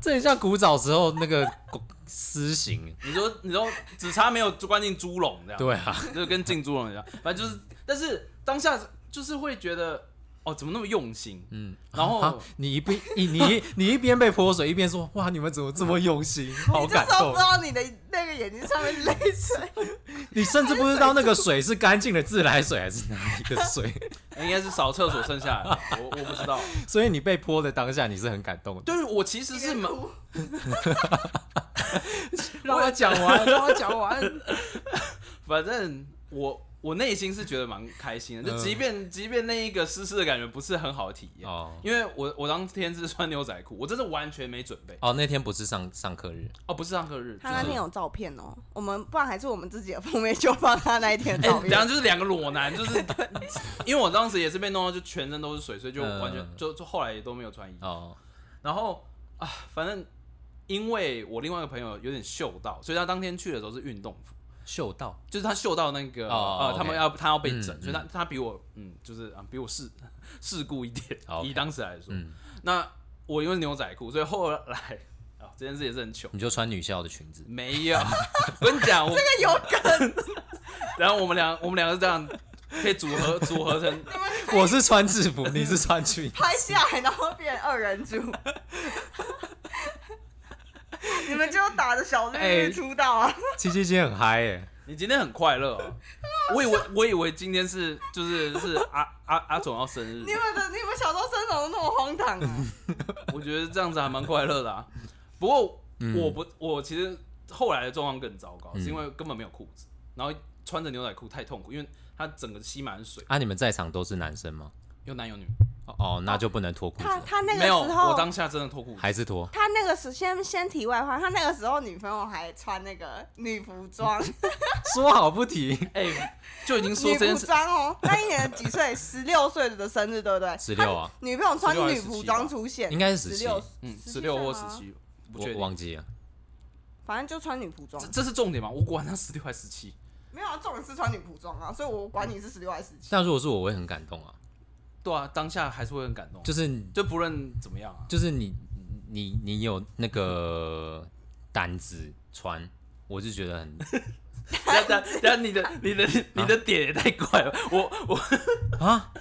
这很像古早时候那个古私刑。你说你说只差没有关进猪笼这样，对啊，就是跟进猪笼一样，反正就是，但是当下就是会觉得哦，怎么那么用心？嗯，然后、啊你一边一 <laughs> 你一你一边被泼水，一边说哇，你们怎么这么用心，<laughs> 好你这感时候动不知。道你的那个眼睛上面泪 <laughs> 水，你甚至不知道那个水是干净的自来水还是哪里的水， <laughs> 应该是扫厕所剩下来的，我我不知道。所以你被泼的当下你是很感动的。对我其实是蛮，哭让我讲完，让我讲 <laughs> 完。反正我我内心是觉得蛮开心的，就嗯即便即便那一个湿湿的感觉不是很好的体验，哦因为我我当天是穿牛仔裤，我真的完全没准备哦，那天不是上上课日，哦，不是上课日，就他那是天有照片哦、我们不然还是我们自己的封面就放他那一天 <laughs> 的哎、照等一下片。就是两个裸男，就是因为我当时也是被弄到就全身都是水，所以就嗯完全、就就后来也都没有穿衣服。哦，然后啊，反正因为我另外一个朋友有点嗅到，所以他当天去的时候是运动服，秀到就是他嗅到那个、哦呃 OK 他们要他要被整，嗯所以他他比我嗯就是啊比我 <laughs> 世世故一点 OK 以当时来说，嗯那我因为是牛仔裤，所以后来 <laughs> 啊这件事也是很 <laughs> 糗。你就穿女校的裙子，没有， <laughs> 我跟你讲，我这个有然后我们俩我们两个是这样，可以组合组合成我是穿制 <laughs> 服，你是穿裙，拍下来，然后变二 <laughs> 人组。你们就打着小绿哎绿出道啊！七七今天很嗨耶，你今天很快乐、哦，我以为我以为今天是就是是阿阿阿总要生日你，们的你们小时候生怎么那么荒唐啊？ <laughs> 我觉得这样子还蛮快乐的啊。不过我不我其实后来的状况更糟糕，是因为根本没有裤子，然后穿着牛仔裤太痛苦，因为它整个吸满水，啊，你们在场都是男生吗？有男有女。哦，那就不能脱裤子他了，他那个没有，时候我，当下真的脱裤子。还是脱。他那个时先先题外话，他那个时候女朋友还穿那个女服装，说好不提，哎、就已经 <laughs> 说女这件服事，装哦，那一年几 <laughs> 岁？十六岁的生日，对不对？ 16啊他女朋友穿16还是女服装出现，应该是十17六，嗯，十岁六或吗十，七，不我确我定。忘记了。反正就穿女服装这。这是重点吗？我管他十六还十七，没有啊，重点是穿女服装啊，所以我管你是十六还是十七。但如果是我，我会很感动啊，对啊，当下还是会很感动，就就是就不论怎么样啊，就是你你你有那个胆子穿，我是觉得 <laughs> 很等下等下等下你的你的你的点也太怪了，我我啊，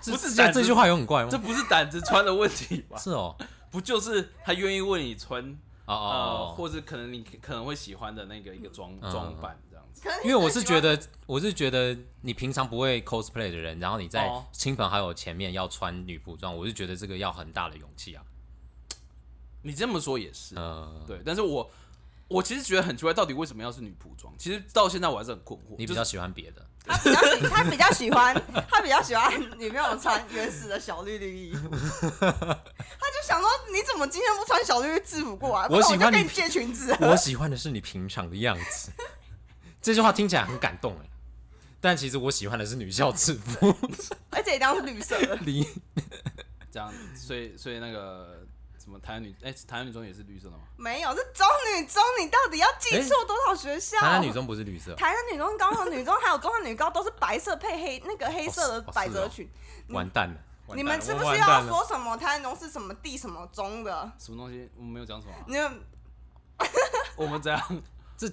这不是这胆子这句话有很怪这吗？不是胆子穿的问题 <laughs> 吧？是哦，不就是他愿意为你穿哦呃，哦哦，或者可能你可能会喜欢的那个一个装嗯装扮这样子？可你 <laughs> 因为我是喜觉欢得我是觉得你平常不会 cosplay 的人，然后你在哦亲朋好友前面要穿女服装，我是觉得这个要很大的勇气啊。你这么说也是，嗯，对。但是我我其实觉得很奇怪，到底为什么要是女仆装？其实到现在我还是很困惑。你就比是较喜欢别的，他比较喜，他比较喜欢，他比较喜欢女朋友穿原始的小绿绿衣服。他就想说，你怎么今天不穿小绿绿制服过啊来？不我然喜欢就你跟你借裙子。我喜欢的是你平常的样子。这句话听起来很感动哎，但其实我喜欢的是女校 <laughs> 制服。 <laughs> 而且一定要是绿色的。你这样，所以所以那个什么台湾女哎、台湾女装也是绿色的吗？没有，是中女中，你到底要记错多少学校？台南女中不是绿色，台南女中、高雄女中还有中山女高都是白色配黑那个黑色的百褶裙。哦完蛋了。你们是不是完蛋要了说什么台南中是什么地什么中的？什么东西？我们没有讲什么 <laughs> 啊、你们我们怎样？这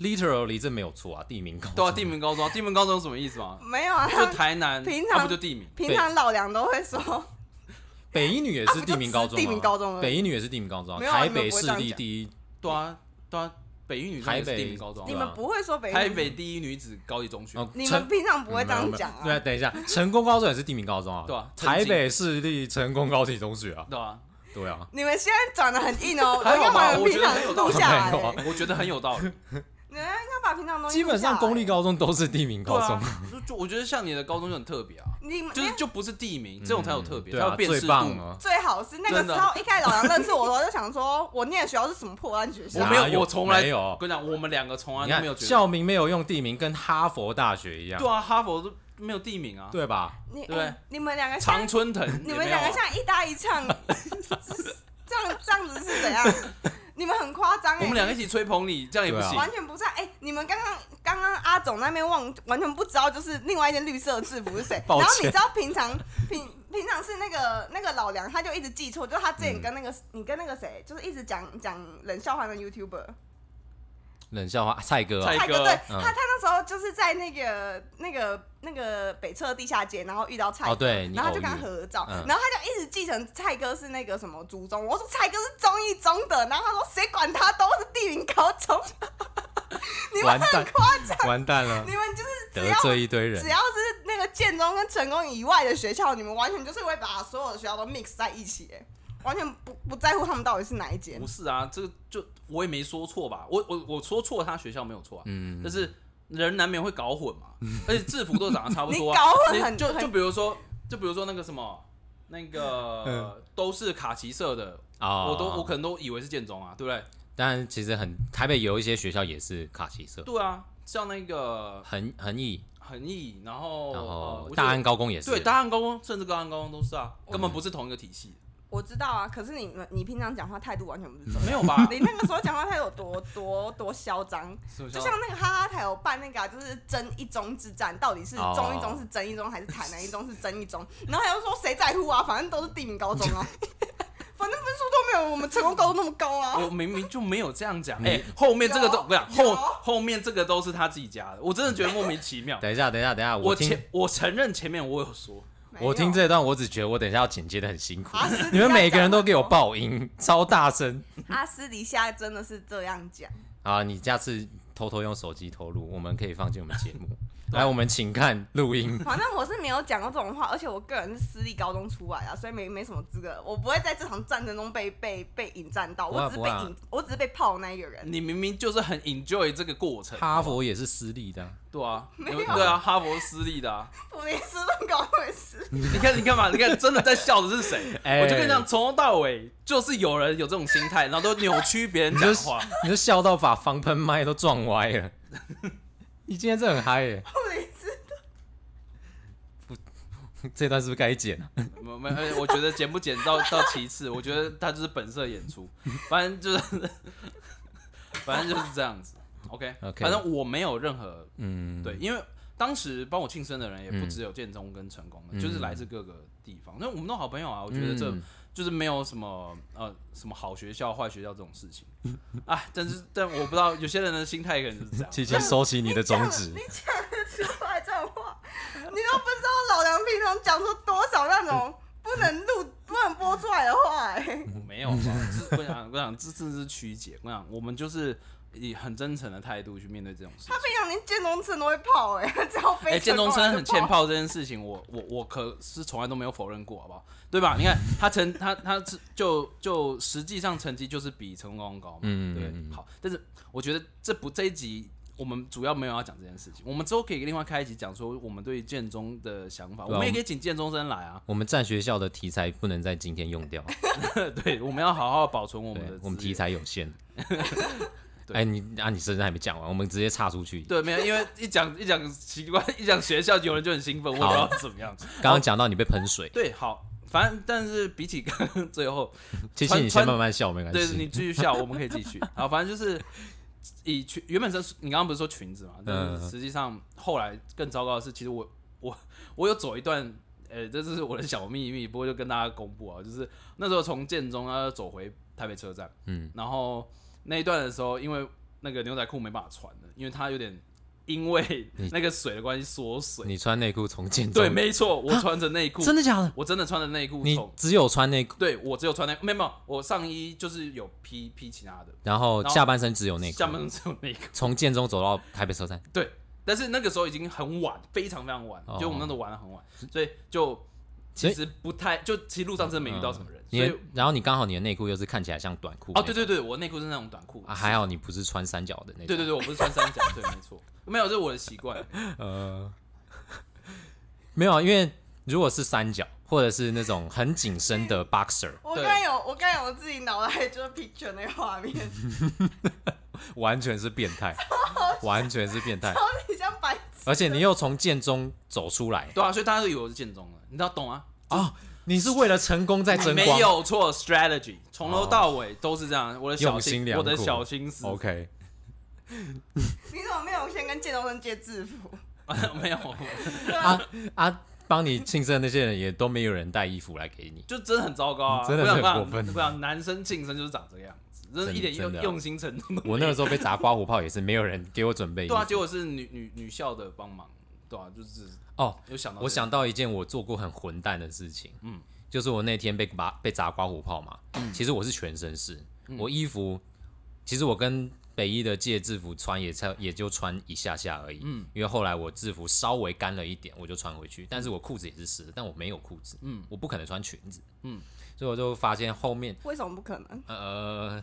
literally 这没有错啊，地名高中对啊，地名高中，地名高中有什么意思吗？没有啊？就台南，平要常不就地名。平常老梁都会说，北一女也是地名高啊不就中、只是地名高中而已北一女也是地名高中、没有啊台你们北不会市这样立讲第一，对啊，对啊，北一女中也是台北地名高中你啊，们不会说北台女北第一女子高级中学。哦你成们平常不会这样讲没有没有对、啊啊，？等一下，成功高中也是地名高中啊，对啊曾经台北市立成功高级中学啊，对啊，对啊，你们现在转的很硬哦， <laughs> 还要好吧把你们平我觉得很有常道录理下来没有啊欸。 <laughs> 我觉得很有道理。你们要把平常东西基本上公立高，高中都是地名对高中啊，，就就我觉得像你的高中就很特别啊，你们就是就不是地名，这种才有特别，才哎对啊，有辨最识度。棒了。最好是那个真时的候，一开始老杨认识我的时候，我就想说，我念的学校是什么破烂学校我哪？没有有，我从来没有我跟你讲，我们两个从来你都没有看觉得。校名没有用地名，跟哈佛大学一样，对啊，哈佛都没有地名啊，对吧？你对哎你们两个像常，春藤，你们两个像一搭一 <laughs> 唱，这样这样子是怎样？你们很夸张哎！我们两个一起吹捧你，这样也不对啊行。完全不在哎、你们刚刚刚刚阿总那边忘，完全不知道就是另外一件绿色的制服是谁。然 <laughs> 抱后歉你知道平常平平常是那个那个老梁，他就一直记错，就他之前跟那个、你跟那个谁，就是一直讲讲冷笑话的 YouTuber 冷笑话，蔡哥啊蔡蔡哥，对、嗯他他那时候就是在那个那个那个北侧地下街，然后遇到蔡哥，哦对你然后他偶就遇跟他合照，嗯然后他就一直记成蔡哥是那个什么祖宗，我说蔡哥是中一中的，然后他说谁管他都是地名高中。 <laughs> 你们完蛋，完蛋了你，们就是只得要罪一堆人只。要是那个建中跟成功以外的学校，你们完全就是会把所有的学校都 mix 在一起，哎，完全不不在乎他们到底是哪一间不。是啊，这个就我也没说错吧？我我我说错，他学校没有错啊，嗯但是人难免会搞混 <laughs> 嘛，而且制服都长得差不多、啊，你搞混你很就很就比如说，就比如说那个什么，那个、嗯都是卡其色的，啊我都我可能都以为是建中啊，对不对？当然，其实很台北有一些学校也是卡其色，对啊，像那个恒恒毅，恒毅，然后然呃我后记得大安高工也是。对大安高工，甚至高安高工都是啊，根本不是同一个体系，我知道啊，可是你们你平常讲话态度完全不 <laughs> 是这样。没有吧？你那个时候讲话态度有多多多嚣张，是不是就像那个哈哈台有办那个、啊，就是争一中之战，到底是哦中一中是争一中还是台南一中是争一 <laughs> 中？然后还有说谁在乎啊，反正都是地名高中啊，反正分数都没有我们成功高中那么高啊。我明明就没有这样讲，你哎、后面这个都有我跟你有讲，后后面这个都是他自己加的，我真的觉得莫名其妙。等一下，等一下，等一下，我听前我承认前面我有哦说，没有我听这段，我只觉得我等一下要剪接的很辛苦啊私底下，你们每个人都讲给我爆音，超大声他啊私底下真的是这样讲，啊！你下次偷偷用手机偷录，我们可以放进我们节目。 <laughs> 来，我们请看录音。反正我是没有讲过这种话，而且我个人是私立高中出来啊，所以没没什么资格，我不会在这场战争中被被被引战到，不会啊我只是被不会啊引，我只是被泡那一个人。你明明就是很 enjoy 这个过程，哈佛也是私立的啊，对啊，没你们有对啊，哈佛私立的啊，普林斯顿搞回事，你看你干嘛？你看真的在笑的是谁？哎我就跟你讲，从头到尾就是有人有这种心态，然后都扭曲别人你讲就话。 <laughs> 你就笑到把防喷麦都撞歪了。你今天真的很嗨耶！普林斯这段是不是该剪啊？没没，而且我觉得剪不剪到到其次，我觉得他就是本色演 <laughs> 出，反正就是反正就是这样子。OK OK 反正我没有任何嗯，对，因为当时帮我庆生的人也不只有建中跟成功的，就是来自各个地方。那我们都好朋友啊，我觉得这嗯就是没有什么呃什么好学校坏学校这种事情。啊，但是但我不知道有些人的心态可能就是这样。琪琪收起你的中指你。讲得出来这种话，你都不知道老梁平常讲出多少那种不能录、不能播出来的话、哎，我没有吧？这我想我想这真的是曲解。我想我们就是以很真诚的态度去面对这种事情他。平常连建中生都会泡、哎，只要哎、飞建成中功生他就很欠泡。炮这件事情，我我我可是从来都没有否认过，好不好？对吧？你看他成他他是就就实际上成绩就是比成功高嘛，嗯对不嗯嗯对。好，但是我觉得这不这一集我们主要没有要讲这件事情，我们之后可以另外开一集讲说我们对于建中的想法，对啊我们也可以请建中生来啊。 <laughs> 我们占学校的题材不能在今天用掉，对，我们要好好保存我对们的，我们资源题材 <laughs> 有限。对哎，你啊，你甚至还没讲完，我们直接岔出去。对，没有，因为一讲一讲奇怪，一讲学校，有人就很兴奋，我也不知道怎么样。刚刚讲到你被喷水，对，好，反正但是比起刚刚最后，琪琪穿你先穿慢慢笑，没关对系。你继续笑，我们可以继续。好，反正就是以裙，原本是你刚刚不是说裙子嘛，但嗯是实际上后来更糟糕的是，其实我我我有走一段，呃、这是我的小秘密，不过就跟大家公布啊，就是那时候从建中要走回台北车站，嗯，然后那一段的时候，因为那个牛仔裤没办法穿了，因为它有点因为那个水的关系缩水。你穿内裤从建中对，没错，我穿着内裤，真的假的？我真的穿着内裤你从。只有穿内裤，对，我只有穿内，没有没有，我上衣就是有披披其他的，然后然后下半身只有内裤，下半身只有内裤。从建中走到台北车站，对，但是那个时候已经很晚，非常非常晚，哦就我们那时候玩的很晚，所以就其实不太，就其实路上真的没遇到什么人，嗯你所的以然后你刚好你的内裤又是看起来像短裤哦，对那种对对，我内裤是那种短裤，啊，还好你不是穿三角的那种，对对对，我不是穿三角，对，没错，没有，这是我的习惯。呃，没有啊，因为如果是三角或者是那种很紧身的 boxer，我对刚有，我刚有我自己脑袋就是 picture 那个画面，完全是变 <laughs> 态，完全是变态然，后你像白痴，而且你又从剑中走出来对啊，所以大家都以为我是建中的，你知道懂啊？哦，你是为了成功在争没光，哦有错，strategy 从头到尾都是这样。我的小用心良我的苦小心思 OK， <laughs> 你怎么没有先跟建中生借制服？没有，啊啊，帮你庆生的那些人也都没有人带衣服来给你，就真的很糟糕啊！嗯真的不想是很不想过分不想男生庆生就是长这个样子，真的真一点真用的啊用心程度都没有。我那个时候被砸刮胡泡也是没有人给我准备衣服对啊，结果是女女女校的帮忙，对啊，就是哦，有想到这个，我想到一件我做过很混蛋的事情，嗯嗯，就是我那天被拔被砸刮胡泡嘛，其实我是全身湿，嗯我衣服其实我跟北一的借制服穿也才也就穿一下下而已，嗯嗯，因为后来我制服稍微干了一点，我就穿回去，但是我裤子也是湿的，但我没有裤子，嗯嗯，我不可能穿裙子，嗯嗯，所以我就发现后面为什么不可能？呃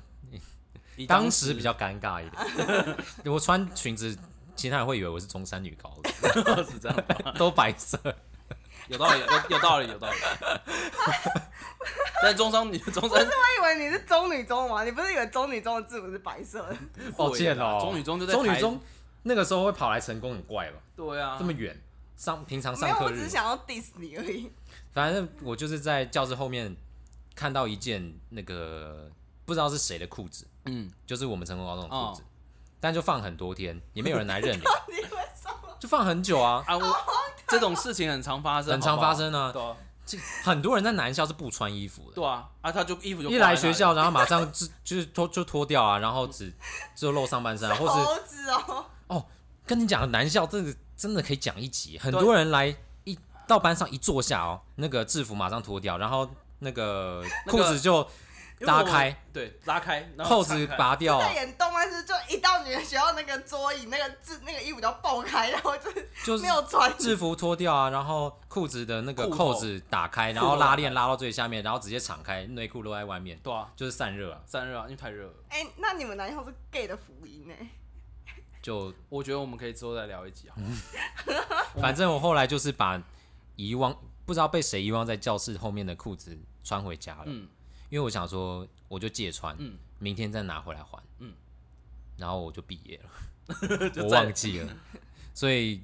以当时比较尴尬一点， <laughs> 我穿裙子，其他人会以为我是中山女高的，是这样吧，都白色，有道理，有有道理，有 <laughs> 道理。但中山女中山我以为你是中女中嘛，你不是以为中女中的制服是白色的？抱歉啊哦，中女中就在中女台中那个时候会跑来成功很怪吧？对啊，这么远，上平常没上有，我课只日是，想要 diss 你而 <laughs> 已。反正我就是在教室后面看到一件那个不知道是谁的裤子，嗯，就是我们成功高中的裤子哦，但就放很多天，也没有人来 <laughs> 认领，哦你为什么？就放很久啊，啊，我这种事情很常发生， <laughs> 很常好不好发生啊。对啊，这很多人在南校是不穿衣服的。对啊，啊，他就衣服就一挂在来那学里，校，然后马上就 <laughs> 就是脱就脱掉啊，然后只只有露上半身啊，或是猴子哦，哦，跟你讲，男校真的真的可以讲一集，很对多人来一到班上一坐下哦，那个制服马上脱掉，然后那个那裤个子就因为拉我开，对，拉开，然后扣子敞开，拔掉，在演动漫是就一到女的学校那个桌椅那个制那个衣服就爆开，然后就是就是没有穿。制服脱掉啊，然后裤子的那个裤头扣子打开，然后裤头打拉开链拉到最下面，然后直接敞开，内裤露在外面，对啊，就是散热啊，散热啊，因为太热了。哎、那你们男校是 gay 的福音呢、就我觉得我们可以之后再聊一集，好吗，反正我后来就是把遗忘不知道被谁遗忘在教室后面的裤子穿回家了，嗯因为我想说我就借穿，嗯，明天再拿回来还。嗯嗯，然后我就毕 <laughs> 业了，就我再忘记了，所以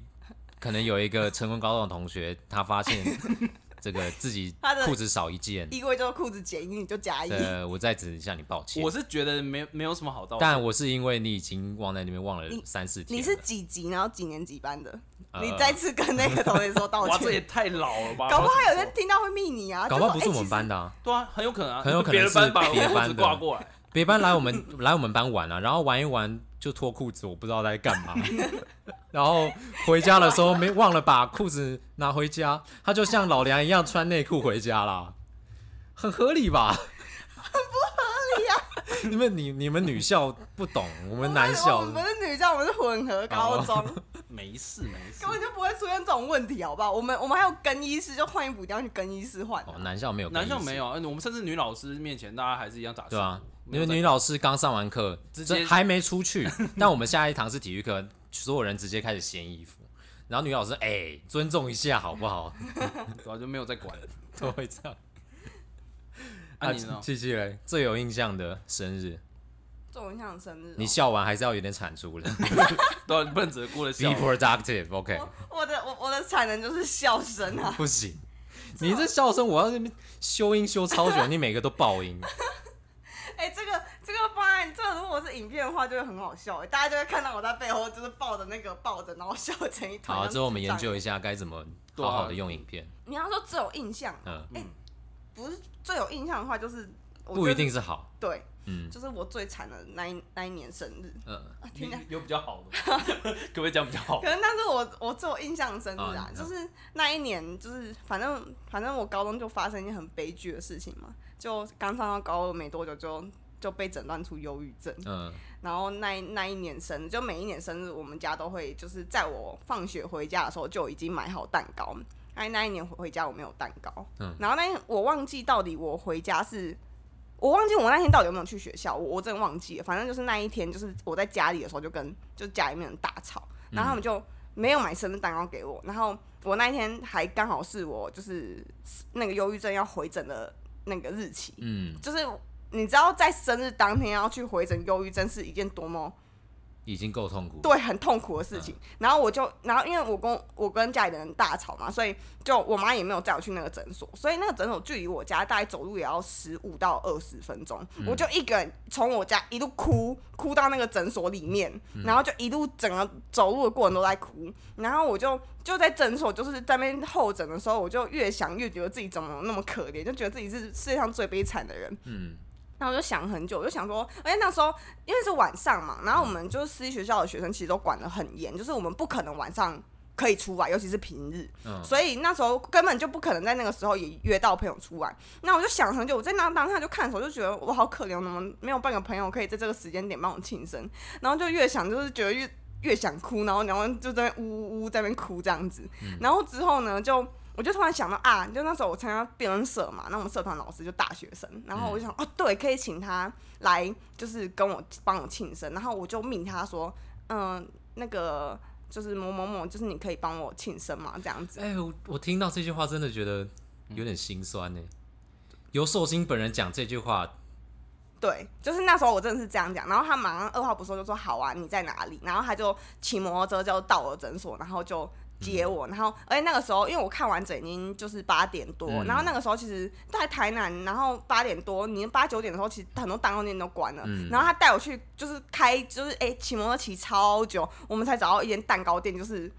可能有一个成功高中的同学，他发现 <laughs> 这个自己他的裤子少一件，衣柜就是裤子减一，你就加一。呃，我在此向你抱歉我。是觉得没没有什么好道理，但我是因为你已经忘在那边忘了你三四天你了，是几级，然后几年级班的？呃你再次跟那个同学说道 <laughs> 哇，这也歉。太老了吧？搞不好有人人听到会密你啊！搞不就好不说是我们，哎班的啊，对啊，很有可能啊，很有可能别是的班把别的班我的裤子挂过来，别班来我们 <coughs> 来我们班玩啊，然后玩一玩就脱裤子，我不知道在干嘛。 <laughs> 然后回家的时候没忘了把裤子拿回家，他就像老梁一样穿内裤回家啦，很合理吧？ <laughs> 很不合理啊！你们你你们女校不懂，我我们们男校哦我们不是女校，我们是混合高中，没事没事 <laughs> 根，本就不会出现这种问题，好不好？我们我们还有更衣室，就换衣服一定要去更衣室换啊、哦，男校没有，男校没，有，啊，我们甚至女老师面前大家还是一样打招呼对啊，没有因为在女老师刚上完课，直这接还没出去，但我们下一堂是体育课，所有人直接开始掀衣服，然后女老师哎、尊重一下好不好？对啊，就没有在管。 <laughs> 都会 <laughs> 这样。啊，你呢？七七嘞，最有印象的生日，这种像生日哦、你笑完还是要有点产 <laughs> 出的对啊，你不能只是过了，be 笑。 productive，OK，、我我的我我的产能就是笑声啊！ <laughs> <laughs> 不行，你这笑声我要那边修音修超久，你每个都 <laughs> 爆音，哎、这个这个方案，这个如果是影片的话，就会很好笑、哎大家就会看到我在背后就是抱着那个抱着，然后笑成一团。好，像之后我们智障研究一下该怎么对啊好好的用影片，你要说最有印象，嗯，不是最有印象的话，就是我不觉得一定是好，对， <laughs> 嗯就是我最惨的那一那一年生日。嗯，啊天你哪！有比较好的吗， <laughs> 可不可以讲比较好可？能那是我我最有印象的生日啊啊，哦你知就道是那一年，就是反正反正我高中就发生一件很悲剧的事情嘛，就刚上到高二没多久就就被诊断出忧郁症，嗯然后那一那一年生日，就每一年生日我们家都会就是在我放学回家的时候就已经买好蛋糕，哎，那一年回家我没有蛋糕，嗯，然后那一天我忘记到底我回家是，我忘记我那天到底有没有去学校，我我真的忘记了，反正就是那一天就是我在家里的时候就跟就家里面人大吵，然后他们就没有买生日蛋糕给我，然后我那一天还刚好是我就是那个忧郁症要回诊的那个日期，嗯，就是你知道在生日当天要去回诊忧郁症是一件多么。已经够痛苦。，对，很痛苦的事情。然后我就，然后因为我跟我跟家里的人大吵嘛，所以就我妈也没有载我去那个诊所，所以那个诊所距离我家大概走路也要十五到二十分钟，我就一个人从我家一路哭哭到那个诊所里面，然后就一路整个走路的过程都在哭，然后我就就在诊所就是在那边候诊的时候，我就越想越觉得自己怎么那么可怜，就觉得自己是世界上最悲惨的人。嗯然后我就想很久，我就想说，而且那时候因为是晚上嘛，然后我们就是私立学校的学生其实都管得很严，就是我们不可能晚上可以出来，尤其是平日，嗯所以那时候根本就不可能在那个时候也约到朋友出来。那我就想很久，我在那当下就看的时候就觉得我好可怜，我怎么没有半个朋友可以在这个时间点帮我庆生？然后就越想就是觉得越越想哭，然后然后就在那边呜呜呜在那边哭这样子。然后之后呢，就我就突然想到啊，就那时候我参加辩论社嘛，那我们社团老师就大学生，然后我就想、哦，对，可以请他来，就是跟我帮我庆生，然后我就命他说，嗯、那个就是某某某，就是你可以帮我庆生嘛，这样子。哎、我我听到这句话真的觉得有点心酸嗯呢。由寿星本人讲这句话，对，就是那时候我真的是这样讲，然后他马上二话不说就说好啊，你在哪里？然后他就骑摩托车就到我诊所，然后就接我，嗯然后而且那个时候因为我看完整已经就是八点多，嗯然后那个时候其实在台南，然后八点多，你八九点的时候其实很多蛋糕店都关了，嗯然后他带我去就是开就是哎骑、摩托骑超久，我们才找到一间蛋糕店，就是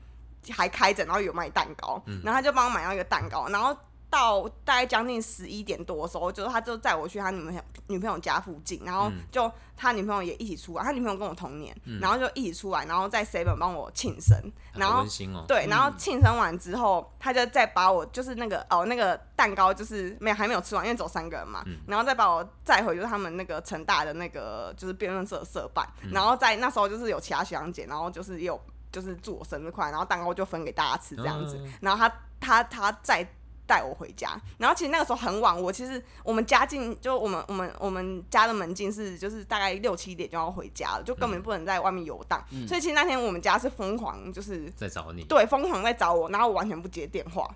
还开着，然后有卖蛋糕，嗯然后他就帮我买到一个蛋糕，然后到大概将近十一点多的时候，就是他就载我去他女朋友女朋友家附近，然后就他女朋友也一起出来，他女朋友跟我同年，然后就一起出来，然后在 seven 帮我庆生，然好后温馨哦、对，然后庆生完之后，他就再把我就是那个哦那个蛋糕就是没有还没有吃完，因为只有三个人嘛，然后再把我载回就是他们那个成大的那个就是辩论社的社办，然后在那时候就是有其他学长姐，然后就是也有就是祝我生日快乐，然后蛋糕就分给大家吃这样子，嗯然后他他他再带我回家，然后其实那个时候很晚，我其实我们家境就我们我们我们家的门禁是就是大概六七点就要回家了，就根本不能在外面游荡，所以其实那天我们家是疯狂就是在找你，对，疯狂在找我，然后我完全不接电话，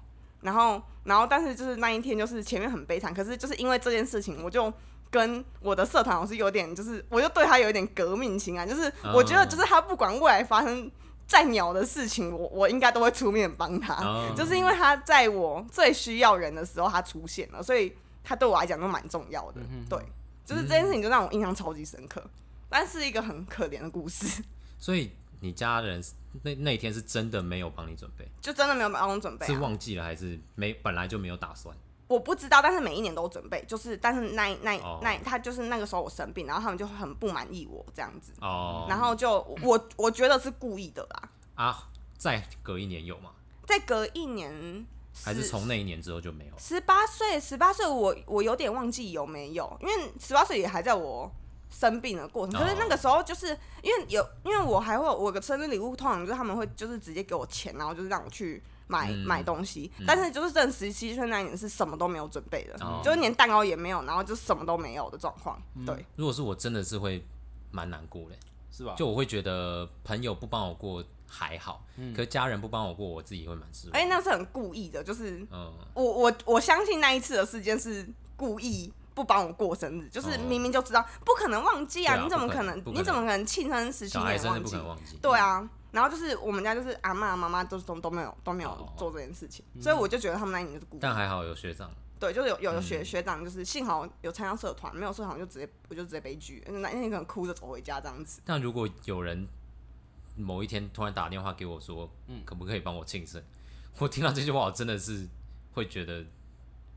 然后然后但是就是那一天就是前面很悲惨，可是就是因为这件事情，我就跟我的社团老师有点就是，我就对他有一点革命情感，就是我觉得就是他不管未来发生再鸟的事情，我我应该都会出面帮他，哦就是因为他在我最需要人的时候他出现了，所以他对我来讲都蛮重要的，对，就是这件事情就让我印象超级深刻，但是一个很可怜的故事。 <laughs> 所以你家人那那一天是真的没有帮你准备，就真的没有帮我准备、啊，是忘记了还是没本来就没有打算？我不知道，但是每一年都准备，就是但是那那哦那他就是那个时候我生病，然后他们就很不满意我这样子，哦，然后就我我觉得是故意的啦。啊，再隔一年有吗？再隔一年，还是从那一年之后就没有？十八岁，十八岁我我有点忘记有没有，因为十八岁也还在我生病的过程。可是哦那个时候就是因为有，因为我还会有我的生日礼物，通常就是他们会就是直接给我钱，然后就是让我去。买嗯买东西，但是就是正十七岁那一年是什么都没有准备的，哦就是连蛋糕也没有，然后就什么都没有的状况。对，如果是我，真的是会蛮难过的。是哦吧？就我会觉得朋友不帮我过还好，嗯可家人不帮我过，我自己会蛮失望。而且哎那是很故意的，就是嗯，我我我相信那一次的事件是故意不帮我过生日，就是哦明明就知道不可能忘记啊，对啊你怎么不可可能能不可能你怎么可能庆生十七小孩年真的忘不记可能？忘记。对，啊，然后就是我们家就是阿妈妈妈都都都没有都没有哦做这件事情，所以我就觉得他们那一年就是故意。但还好有学长。对，就是有有有学、嗯学长，就是幸好有参加社团，没有社团我就直接我就直接悲剧，那那天可能哭着走回家这样子。但如果有人某一天突然打电话给我说，嗯可不可以帮我庆生？ <laughs> 我听到这句话，我真的是会觉得，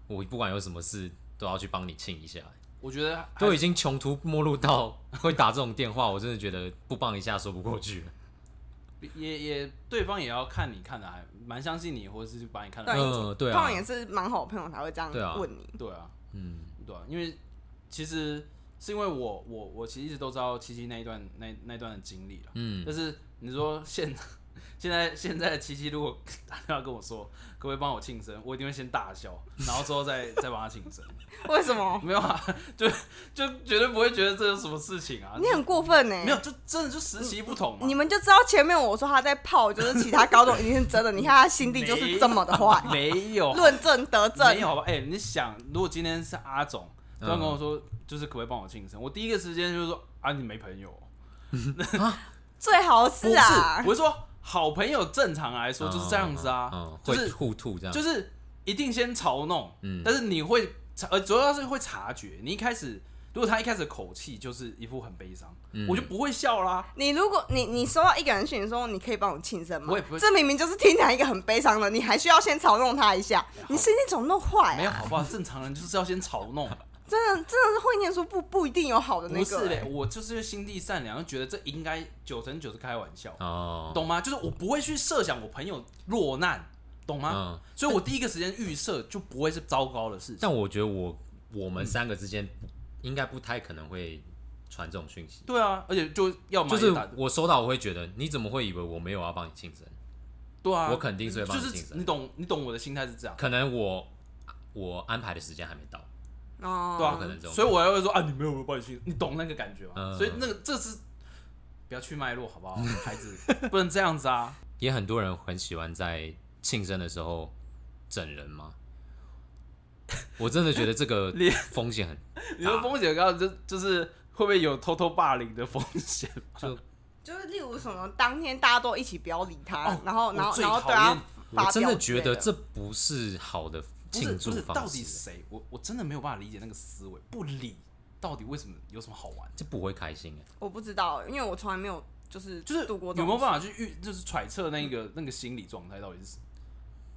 我不管有什么事都要去帮你庆一下。我觉得还都已经穷途末路到会打这种电话，我真的觉得不帮一下说不过去了。也也对方也要看你看的还蛮相信你，或者是把你看的对嗯，对通啊常，也是蛮好的朋友才会这样对啊问你。对啊，嗯，对啊，因为其实是因为我我我其实一直都知道七七那一段那那一段的经历了，嗯但是你说现 <laughs> 现在现在的七七如果 <laughs> 打电话跟我说，可不可以帮我庆生，我一定会先大笑，然后之后再再帮他庆生。为什 <laughs> 么？没有啊，就就绝对不会觉得这有什么事情啊。你很过分欸呢、没有，就真的就时期不同嘛。你们就知道前面我说他在泡，就是其他高中一定是真的。你看他心地就是这么的坏，没有，论证得没证。有吧？哎、你想，如果今天是阿总突然跟嗯我说，就是可不可以帮我庆生，我第一个时间就是说啊，你没朋友。最好不是啊，我是说好朋友正常来说就是这样子啊，嗯，就会是互吐这样，就是一定先嘲弄，嗯但是你会察呃，主要是会察觉，你一开始。如果他一开始口气就是一副很悲伤，嗯我就不会笑啦。你如果你你收到一个人讯息说你可以帮我庆生吗我也不？会这明明就是听起来一个很悲伤的，你还需要先嘲弄他一下，你心地怎么那么坏哦没有，啊？好不好？正常人就是要先嘲 <laughs> 弄，真的真的是会念书不不一定有好的那不个、是嘞哎欸。。我就是心地善良，觉得这应该九成九是开玩笑。哦，懂吗？就是我不会去设想我朋友落难，懂吗？嗯，所以我第一个时间预设就不会是糟糕的事情。但我觉得我我嗯们三个之间不应该不太可能会传这种讯息，对啊，而且就要么就是也打我收到我会觉得你怎么会以为我没有要帮你庆生？对啊，我肯定是会帮就你庆是生你，懂你懂我的心态是这样，可能我我安排的时间还没到，哦，对啊有可能这，种所以我要会说啊，你没有帮你庆，你懂那个感觉吗？嗯所以那个这是不要去脉络 <laughs> 好不好，孩子不能这样子啊。也很多人很喜欢在庆生的时候整人吗？我真的觉得这 <laughs> 个你风险很你说风险高，就就是会不会有偷偷霸凌的风 <laughs> 险？就就是例如什么当天大家都一起不要理他，哦然后然我后最然后讨对他厌发我真表的之觉类得的这不是好的不是庆不祝是，到方底式，谁？我我真的没有办法理解那个思维，不理到底为什么有什么好玩？这不会开心哎。我不知道，因为我从来没有就是就是度过这有种没有办法去预，就是揣测那嗯个、那个心理状态到底是 <laughs> 什么？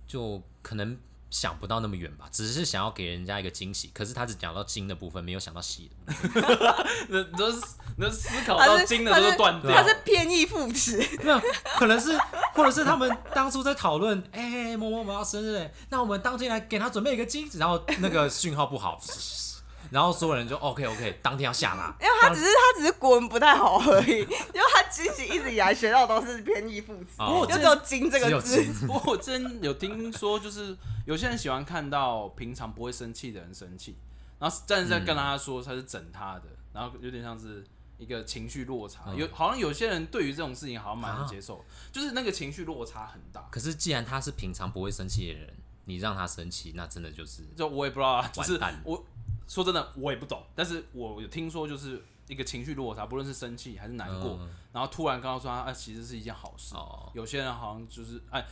就可能想不到那么远吧，只是想要给人家一个惊喜。可是他只讲到精的部分，没有想到细的部分。那你都是你都思考他到是精的都他是断掉他，是偏义副词，没有，可能是或者是他们当初在讨论，哎、某某某要生日欸，那我们当天来给他准备一个惊喜，然后那个讯号不好， <laughs> 然后所有人就 OK OK，当天要下啦。因为他只是他只是国文不太好而已，因为他惊喜一直以来学到都是偏义副词，哦就只有“惊”这只有个字惊。 <laughs> 不过我之前有听说，就是有些人喜欢看到平常不会生气的人生气，然后但是在跟他说他是整他的，然后有点像是一个情绪落差。嗯有好像有些人对于这种事情好像蛮能啊接受，就是那个情绪落差很大。可是既然他是平常不会生气的人，你让他生气，那真的就是就我也不知道，啊，就是完蛋我说真的我也不懂，但是我有听说就是一个情绪落差，不论是生气还是难过，嗯然后突然告诉他，啊，其实是一件好事。哦，有些人好像就是哎、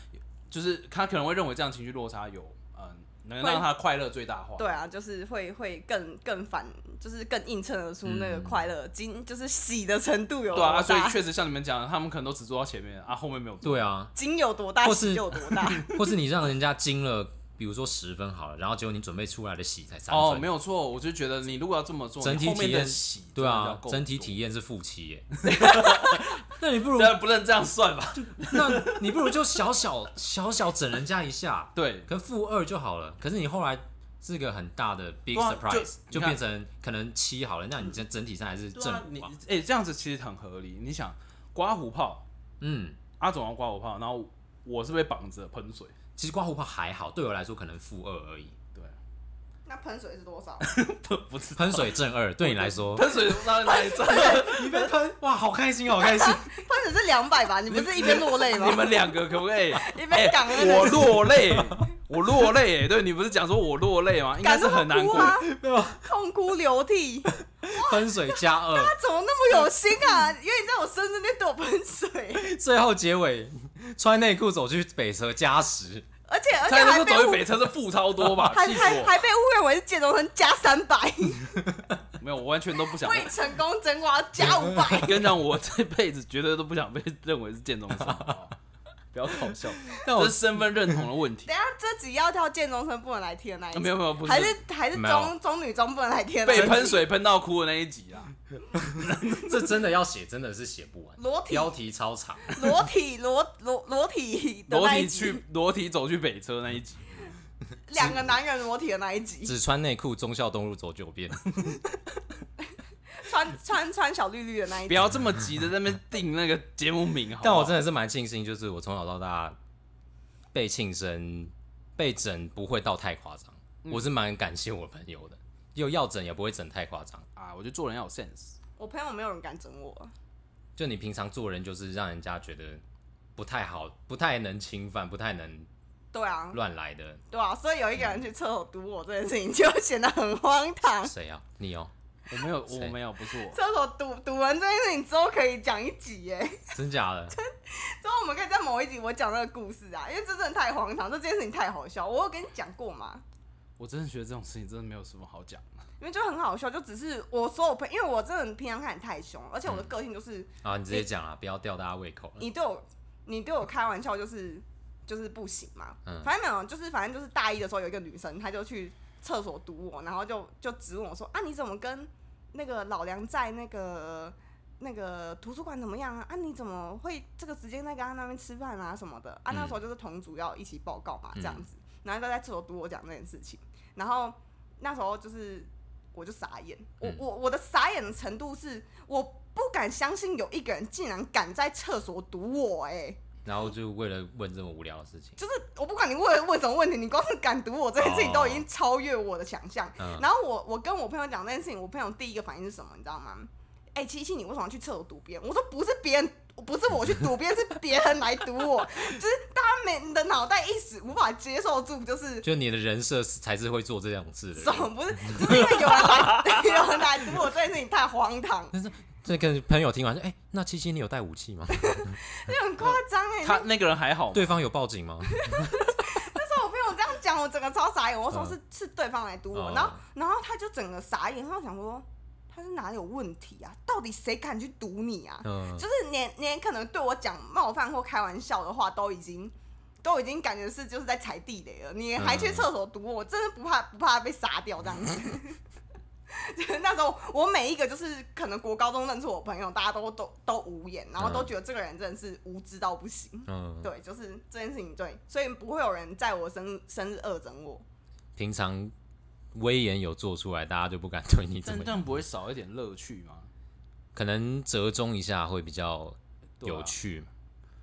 就是他可能会认为这样情绪落差有嗯、能会让他快乐最大化。对啊，就是会会更更反，就是更映衬得出那个快乐、惊、就是喜的程度嗯有对啊，多啊所以大，确实像你们讲，的，他们可能都只做到前面啊，后面没有做。对啊，惊、有多大，或是喜有多 <laughs> 大。或是你让人家惊了，比如说十分好了，然后结果你准备出来的喜才三分，哦，没有错，我就觉得你如果要这么做，整体你后面体的验喜对啊，整整体体验是负七耶。那你不如但不能这样算吧？ <laughs> 那你不如就小小小小整人家一下， <laughs> 对，可能负二就好了。可是你后来是个很大的 big 对啊 surprise，、就你就看变成可能七好了，那你整整体上还是对正啊，你五嘛、哎、这样子其实很合理。你想刮胡泡，嗯，阿总要刮我泡，然后我是被绑着喷水，其实刮胡泡还好，对我来说可能负 <laughs> 二而已。对，那喷水是多少？不不是喷水正二，对你来说，喷水那那一站，你被喷，哇，好开心，好开 <laughs> 心。<laughs> 喷水是两百吧？你不是一边落泪 <laughs> 吗？你们两个可不可以？一哎边感恩、我落泪，我落泪，哎对你不是讲说我落泪吗？应该感是动很难哭过，啊，没有，痛哭流涕。喷水加二，他怎么那么有心啊？因为你在我生日那天对我喷水，最后结尾穿内裤走去北车加十，而且而且才能还够被走误去北车是负超多吧？还气死还我！还被误认为是建中生加三 <laughs> 百，没有，我完全都不想。为成功争光加 <laughs> 五百。跟你讲，我这辈子绝对都不想被认为是建中生，好不好不要搞 <laughs> 笑，但我这是身份认同的问题等。一下这集要跳建中生不能来听的那一集，没有没有，不还是还是没有中中女中不能来听的那一被集喷水喷到哭的那一集啊。嗯这真的要写，真的是写不完，裸体标题超长。裸体裸裸裸体的裸那一体集去，裸体走去北车那一集，两个男人裸体的那一集，只穿内裤，忠孝东路走九遍。穿穿穿小绿绿的那一不种。要这么急的在那边定那个节目名好不好但我真的是蛮庆幸，就是我从小到大被庆生、被整不会到太夸张，嗯我是蛮感谢我朋友的，有要整也不会整太夸张。啊，我觉得做人要有 sense。我朋友没有人敢整我，就你平常做人，就是让人家觉得不太好，不太能侵犯，不太能对啊，乱来的。对啊，所以有一个人去厕所堵我这件事情，就显得很荒唐。谁啊？你哦，我没有，我谁没有，不是我。厕所堵堵人这件事情之后可以讲一集耶，真假 <laughs> 的？之后我们可以在某一集我讲那个故事啊，因为这真的太荒唐，这件事情太好笑。我有跟你讲过嘛，我真的觉得这种事情真的没有什么好讲。因为就很好笑，就只是我所有朋因为我真的平常看你太凶，而且我的个性就是、啊，你直接讲啊，不要吊大家胃口了。你对我你对我开玩笑就是就是不行嘛，嗯反正没有，就是反正就是大一的时候有一个女生，她就去厕所堵我，然后就就质问我说啊你怎么跟那个老梁在那个。那个图书馆怎么样啊？啊，你怎么会这个时间在跟他那边吃饭啊什么的？嗯啊，那时候就是同组要一起报告嘛，这样子，然后就在厕所堵我讲这件事情，然后那时候就是我就傻眼，我嗯我我的傻眼的程度是我不敢相信有一个人竟然敢在厕所堵我、哎，然后就为了问这么无聊的事情，就是我不管你问问什么问题，你光是敢堵我这件事情哦都已经超越我的想象。嗯然后我我跟我朋友讲这件事情，我朋友第一个反应是什么，你知道吗？哎、七七，你为什么要去厕所堵别人？我说不是别人。不是我去堵别人，是别人来堵我， <laughs> 就是大家每你的脑袋一时无法接受住，就是就你的人设是才是会做这种事的 <laughs> 怎人。么不是？就是因为有人来 <laughs> 有人来堵我这件事情太荒唐，但是这跟朋友听完说，哎、那七七你有带武 <laughs> 器吗？这 <laughs> 很夸张哎。他那个人还好吗，对方有报警吗？那时候我朋友这样讲，我整个超傻眼。我说嗯是、 <laughs> 是对方来堵我，哦然后然后他就整个傻眼，他就想说他是哪里有问题啊？到底谁敢去堵你啊？嗯，就是连连可能对我讲冒犯或开玩笑的话，都已经 <laughs> 都已经感觉是就是在踩地雷了。你还去厕所堵我，我真的不怕不怕被杀掉这样子。 <laughs> 就是那时候，我每一个就是可能国高中认识我朋友，大家都都都无言，然后都嗯觉得这个人真的是无知到不行。嗯，对，就是这件事情，对，所以不会有人在我生生日恶整我。平常威严有做出来，大家就不敢对你怎但么这样。样不会少一点乐趣吗？可能折中一下会比较对啊有趣。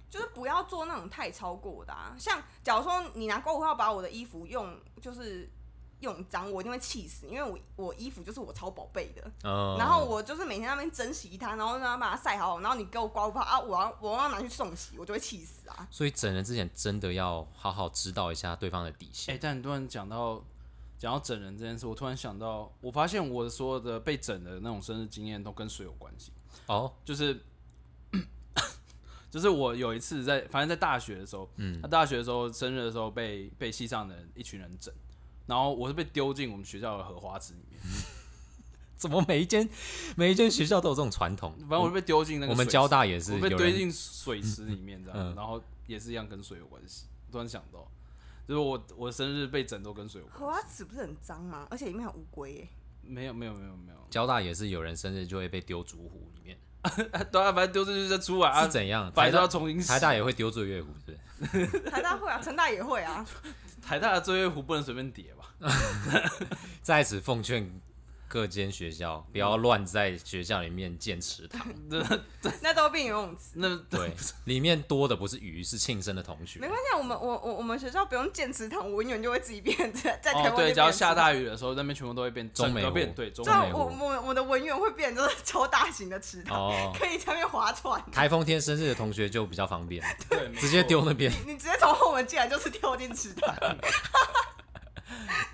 就是不要做那种太超过的、啊，像假如说你拿购物票把我的衣服用就是用脏，我一定会气死，因为我我衣服就是我超宝贝的，啊嗯，然后我就是每天在那边珍惜它，然后让它把它晒好，然后你给我刮不啊，我要我要拿去送洗，我就会气死啊！所以整人之前真的要好好知道一下对方的底哎、线。但你突然讲到讲到整人这件事，我突然想到，我发现我所有的被整的那种生日经验都跟水有关系。哦，就是 <coughs> 就是我有一次在，反正在大学的时候，嗯，他大学的时候生日的时候被被系上的人一群人整，然后我是被丢进我们学校的荷花池里面，怎么每一间每一间学校都有这种传统？反正我是被丢进那个我们水池交大也是我被有堆人进水池里面这样，嗯然后也是一样跟水有关系。突然想到，就是我我生日被整都跟水有关，荷花池不是很脏吗？而且里面有乌龟耶， <laughs> 没有没有没有没有，交大也是有人生日就会被丢竹壶里面，对啊，反正丢出去再出来啊是，怎样？反正台都要大重新洗台大也会丢醉月壶，是不是？台大会啊，成大也会啊，台大的醉月湖不能随便叠吧？在此奉劝各间学校嗯不要乱在学校里面建池塘，那都变游泳池。那 <laughs> 哦对，里面多的不是鱼，是庆生的同学没。关系，啊，我们我我我们学校不用建池塘，我永远就会自己变 <laughs> 在在台哦，湾、对，只要下大，大雨的时候，那边全部都会变中整美个湖变对中就美中美湖湖我我我的文员会变成就是超大型的池塘，哦，可以在那边划船。台风天生日的同学就比较 <laughs> 方便，对，没直接错丢那边。你直接从后门进来就是跳进池塘， <laughs>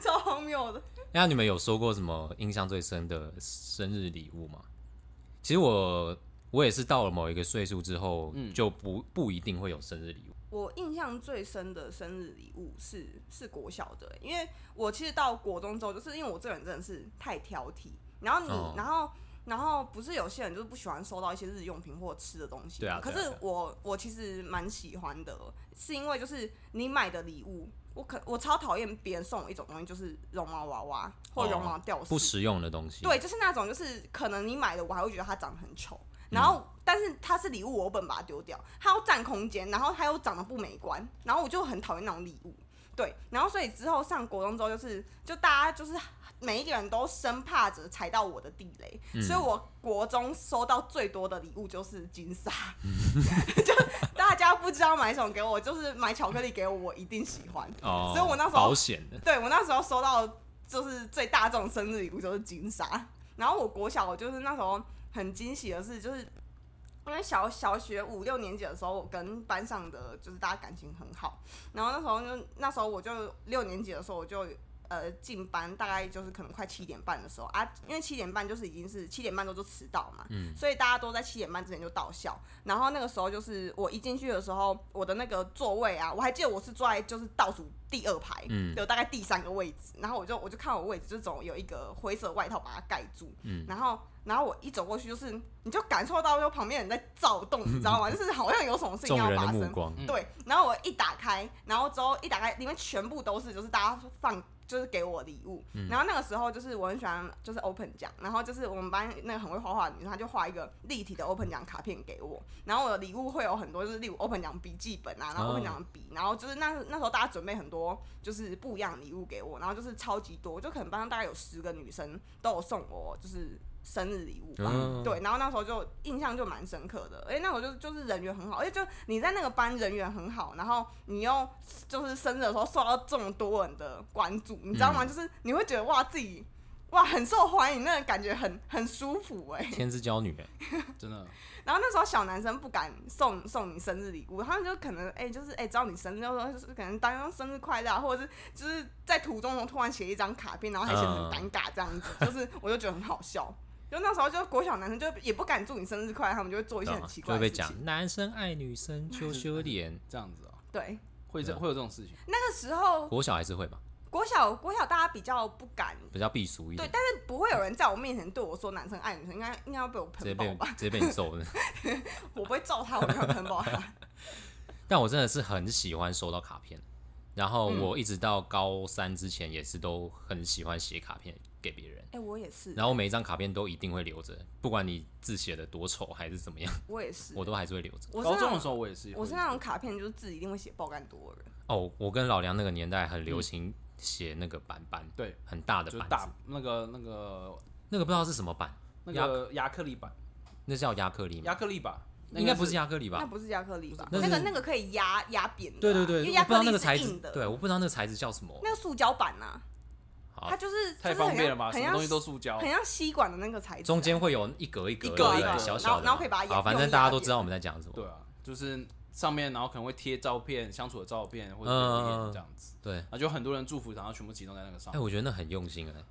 超荒谬的。那你们有收过什么印象最深的生日礼物吗？其实我我也是到了某一个岁数之后，就不不一定会有生日礼物。我印象最深的生日礼物是是国小的、欸因为我其实到国中之后，就是因为我这个人真的是太挑剔，然后你，哦然后然后不是有些人就是不喜欢收到一些日用品或吃的东西，对啊可对啊是对啊我我其实蛮喜欢的，是因为就是你买的礼物，我可我超讨厌别人送我一种东西，就是绒毛娃娃或绒毛吊饰、哦不实用的东西。对，，就是那种，就是可能你买的，我还会觉得它长得很丑，然后、嗯但是它是礼物，我本把它丢掉，它又占空间，然后它又长得不美观，然后我就很讨厌那种礼物。对，然后所以之后上国中之后，就是就大家就是每一个人都生怕着踩到我的地雷，嗯所以我国中收到最多的礼物就是金沙，嗯 <laughs> 就大家不知道买什么给我，就是买巧克力给我，我一定喜欢。哦，所以我那时候保险的，对我那时候收到就是最大众生日礼物就是金沙，然后我国小我就是那时候很惊喜的是，就是因为小小学五六年级的时候，我跟班上的就是大家感情很好，然后那时候就那时候我就六年级的时候我就。呃，进班大概就是可能快七点半的时候啊，因为七点半就是已经是七点半都就迟到嘛，嗯所以大家都在七点半之前就到校。然后那个时候就是我一进去的时候，我的那个座位啊，我还记得我是坐在就是倒数第二排，嗯有大概第三个位置。然后我就我就看我位置，就总有一个灰色外套把它盖住，嗯然后然后我一走过去，就是你就感受到就旁边人在躁动，你知道吗？就是好像有什么事情众要人的发目生。光，嗯对，然后我一打开，然后之后一打开，里面全部都是就是大家放就是给我礼物，然后那个时候就是我很喜欢就是 open 奖，然后就是我们班那个很会画画的女生，她就画一个立体的 open 奖卡片给我，然后我的礼物会有很多就是例如 open 奖笔记本啊，然后哦 open 奖笔，然后就是那那时候大家准备很多就是不一样的礼物给我，然后就是超级多，就可能班上大概有十个女生都有送我就是生日礼物吧，嗯对，然后那时候就印象就蛮深刻的，而且那时候就就是人缘很好，而且就你在那个班人缘很好，然后你又就是生日的时候受到这么多人的关注，你知道吗？就是你会觉得哇自己哇很受欢迎，那个感觉很很舒服哎、天之娇女欸，真的，然后那时候小男生不敢送送你生日礼物，他们就可能哎、就是哎、知道你生日，就说就是可能当当生日快乐啊，或者是就是在途中突然写一张卡片，然后还写得很嗯尴尬这样子，就是我就觉得很好笑。就那时候就国小男生就也不敢祝你生日快乐，他们就会做一些很嗯奇就怪会的被事情。讲男生爱女生羞羞脸，这样子哦、对，会这对啊会有这种事情，那个时候国小还是会吧，国小国小大家比较不敢，比较避俗一对点，，但是不会有人在我面前对我说男生爱女生，应该应该要被我直接喷爆被吧？直接被你揍的。我不会揍他，我没有喷爆他。 <laughs> 但我真的是很喜欢收到卡片，然后嗯我一直到高三之前也是都很喜欢写卡片给别人，哎、我也是，然后每一张卡片都一定会留着，不管你字写的多丑还是怎么样，我也是，我都还是会留着。我是高中那种的时候我也是，我是那种卡片，就是字一定会写爆干多的人。哦，我跟老梁那个年代很流嗯行写那个板板，对，很大的就是板大子，那个那个那个不知道是什么板，那个亚克力板，那叫亚克力吗？亚克力吧，嗯应该不是亚克力那吧？不是亚克力吧？那那是个那个可以压压扁的啊、对对对，因为我亚不克知道那力个材是质硬，的，对，我不知道那个材质叫什么。那个塑胶板呐、好它就是太就是方很便像了吧？什很么像东西都塑胶很，像吸管的那个材质啊、中间会有一格一格一的，格对一格小小的，然后然后可以把它好，用反正力大家压都扁知道我们在讲什么。对啊，就是上面然后可能会贴照片，相处的照片或者留言这样子，对，啊，就很多人祝福，然后全部集中在那个上嗯哎，面，我觉得那很用心哎。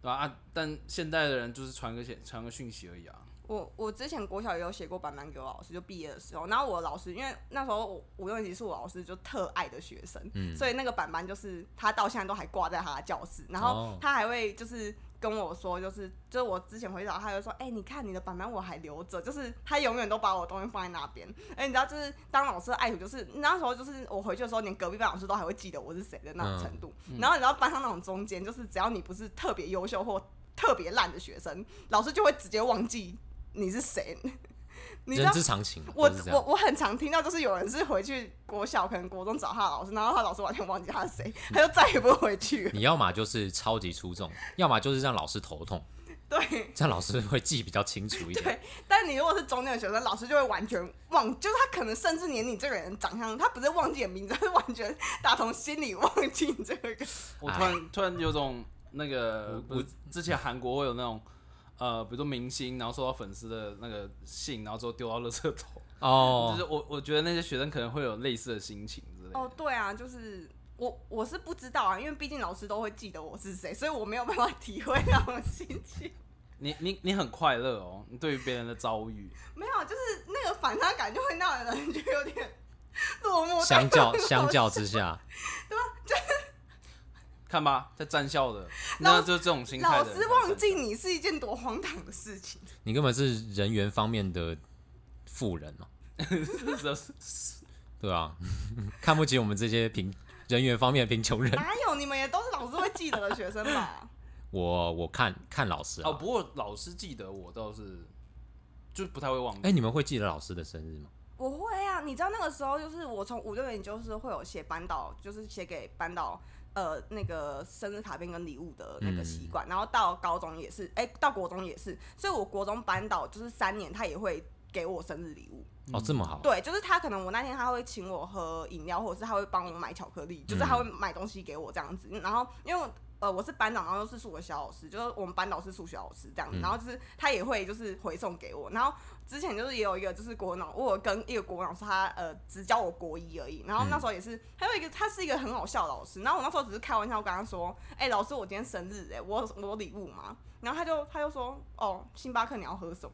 对吧？啊，但现代的人就是传个信传个讯息而已啊，我我之前国小也有写过板板给我老师，就毕业的时候，然后我老师因为那时候我五六年级是我老师就特爱的学生，所以那个板板就是他到现在都还挂在他的教室，然后哦他还会就是跟我说，就是就是我之前回答他就说，哎、你看你的板板我还留着，就是他永远都把我的东西放在那边，哎、你知道就是当老师的爱徒，就是那时候就是我回去的时候，连隔壁班老师都还会记得我是谁的那种程度，然后你知道班上那种中间，就是只要你不是特别优秀或特别烂的学生，老师就会直接忘记你是谁。 <laughs> 你知人道，之常情，我都是这我样。我很常听到，就是有人是回去国小，可能国中找他的老师，然后他老师完全忘记他是谁， <laughs> 他就再也不会回去了。 <laughs> 你要么就是超级出众，要么就是让老师头痛，对，这样老师会记比较清楚一点对。但你如果是中间的学生，老师就会完全忘，就是他可能甚至连你这个人长相，他不是忘记你的名字，他是完全打从心里忘记你这个人。我突然突然有种那个，哎我我之前韩国会有那种。呃，比如说明星，然后收到粉丝的那个信，然后之后丢到垃圾桶，就哦，是我我觉得那些学生可能会有类似的心情之类的。哦，对啊，就是我我是不知道啊，因为毕竟老师都会记得我是谁，所以我没有办法体会那种心情。你你你很快乐哦，你对于别人的遭遇，没有，就是那个反差感就会让人就有点落寞。<laughs> 相较相较之下，看吧，在站校的，那就是这种心态老的人才师在忘记站校，你是一件多荒唐的事情。你根本是人员方面的富人嘛，对啊， <laughs> 看不起我们这些贫人员方面的贫穷人。哪有？你们也都是老师会记得的学生吧？ <laughs> 我我看看老师啊哦，，不过老师记得我倒是，就不太会忘哎，记。你们会记得老师的生日吗？我会啊，你知道那个时候就是我从五六年级就是会有写班导，就是写给班导。呃那个生日卡片跟礼物的那个习嗯惯，然后到高中也是，哎、到国中也是，所以我国中班导就是三年他也会给我生日礼物，哦，这么好，对，就是他可能我那天他会请我喝饮料，或者是他会帮我买巧克力，就是他会买东西给我这样子。然后因为我呃我是班长，然后又是数学小老师，就是我们班导是数学老师这样子，然后就是他也会就是回送给我。然后之前就是也有一个就是国文老，我有跟一个国文老师他呃只教我国一而已，然后那时候也是还有一个他是一个很好笑的老师，然后我那时候只是开玩笑跟他说，哎、老师我今天生日哎、我有我有礼物吗？然后他就他就说哦星巴克你要喝什么？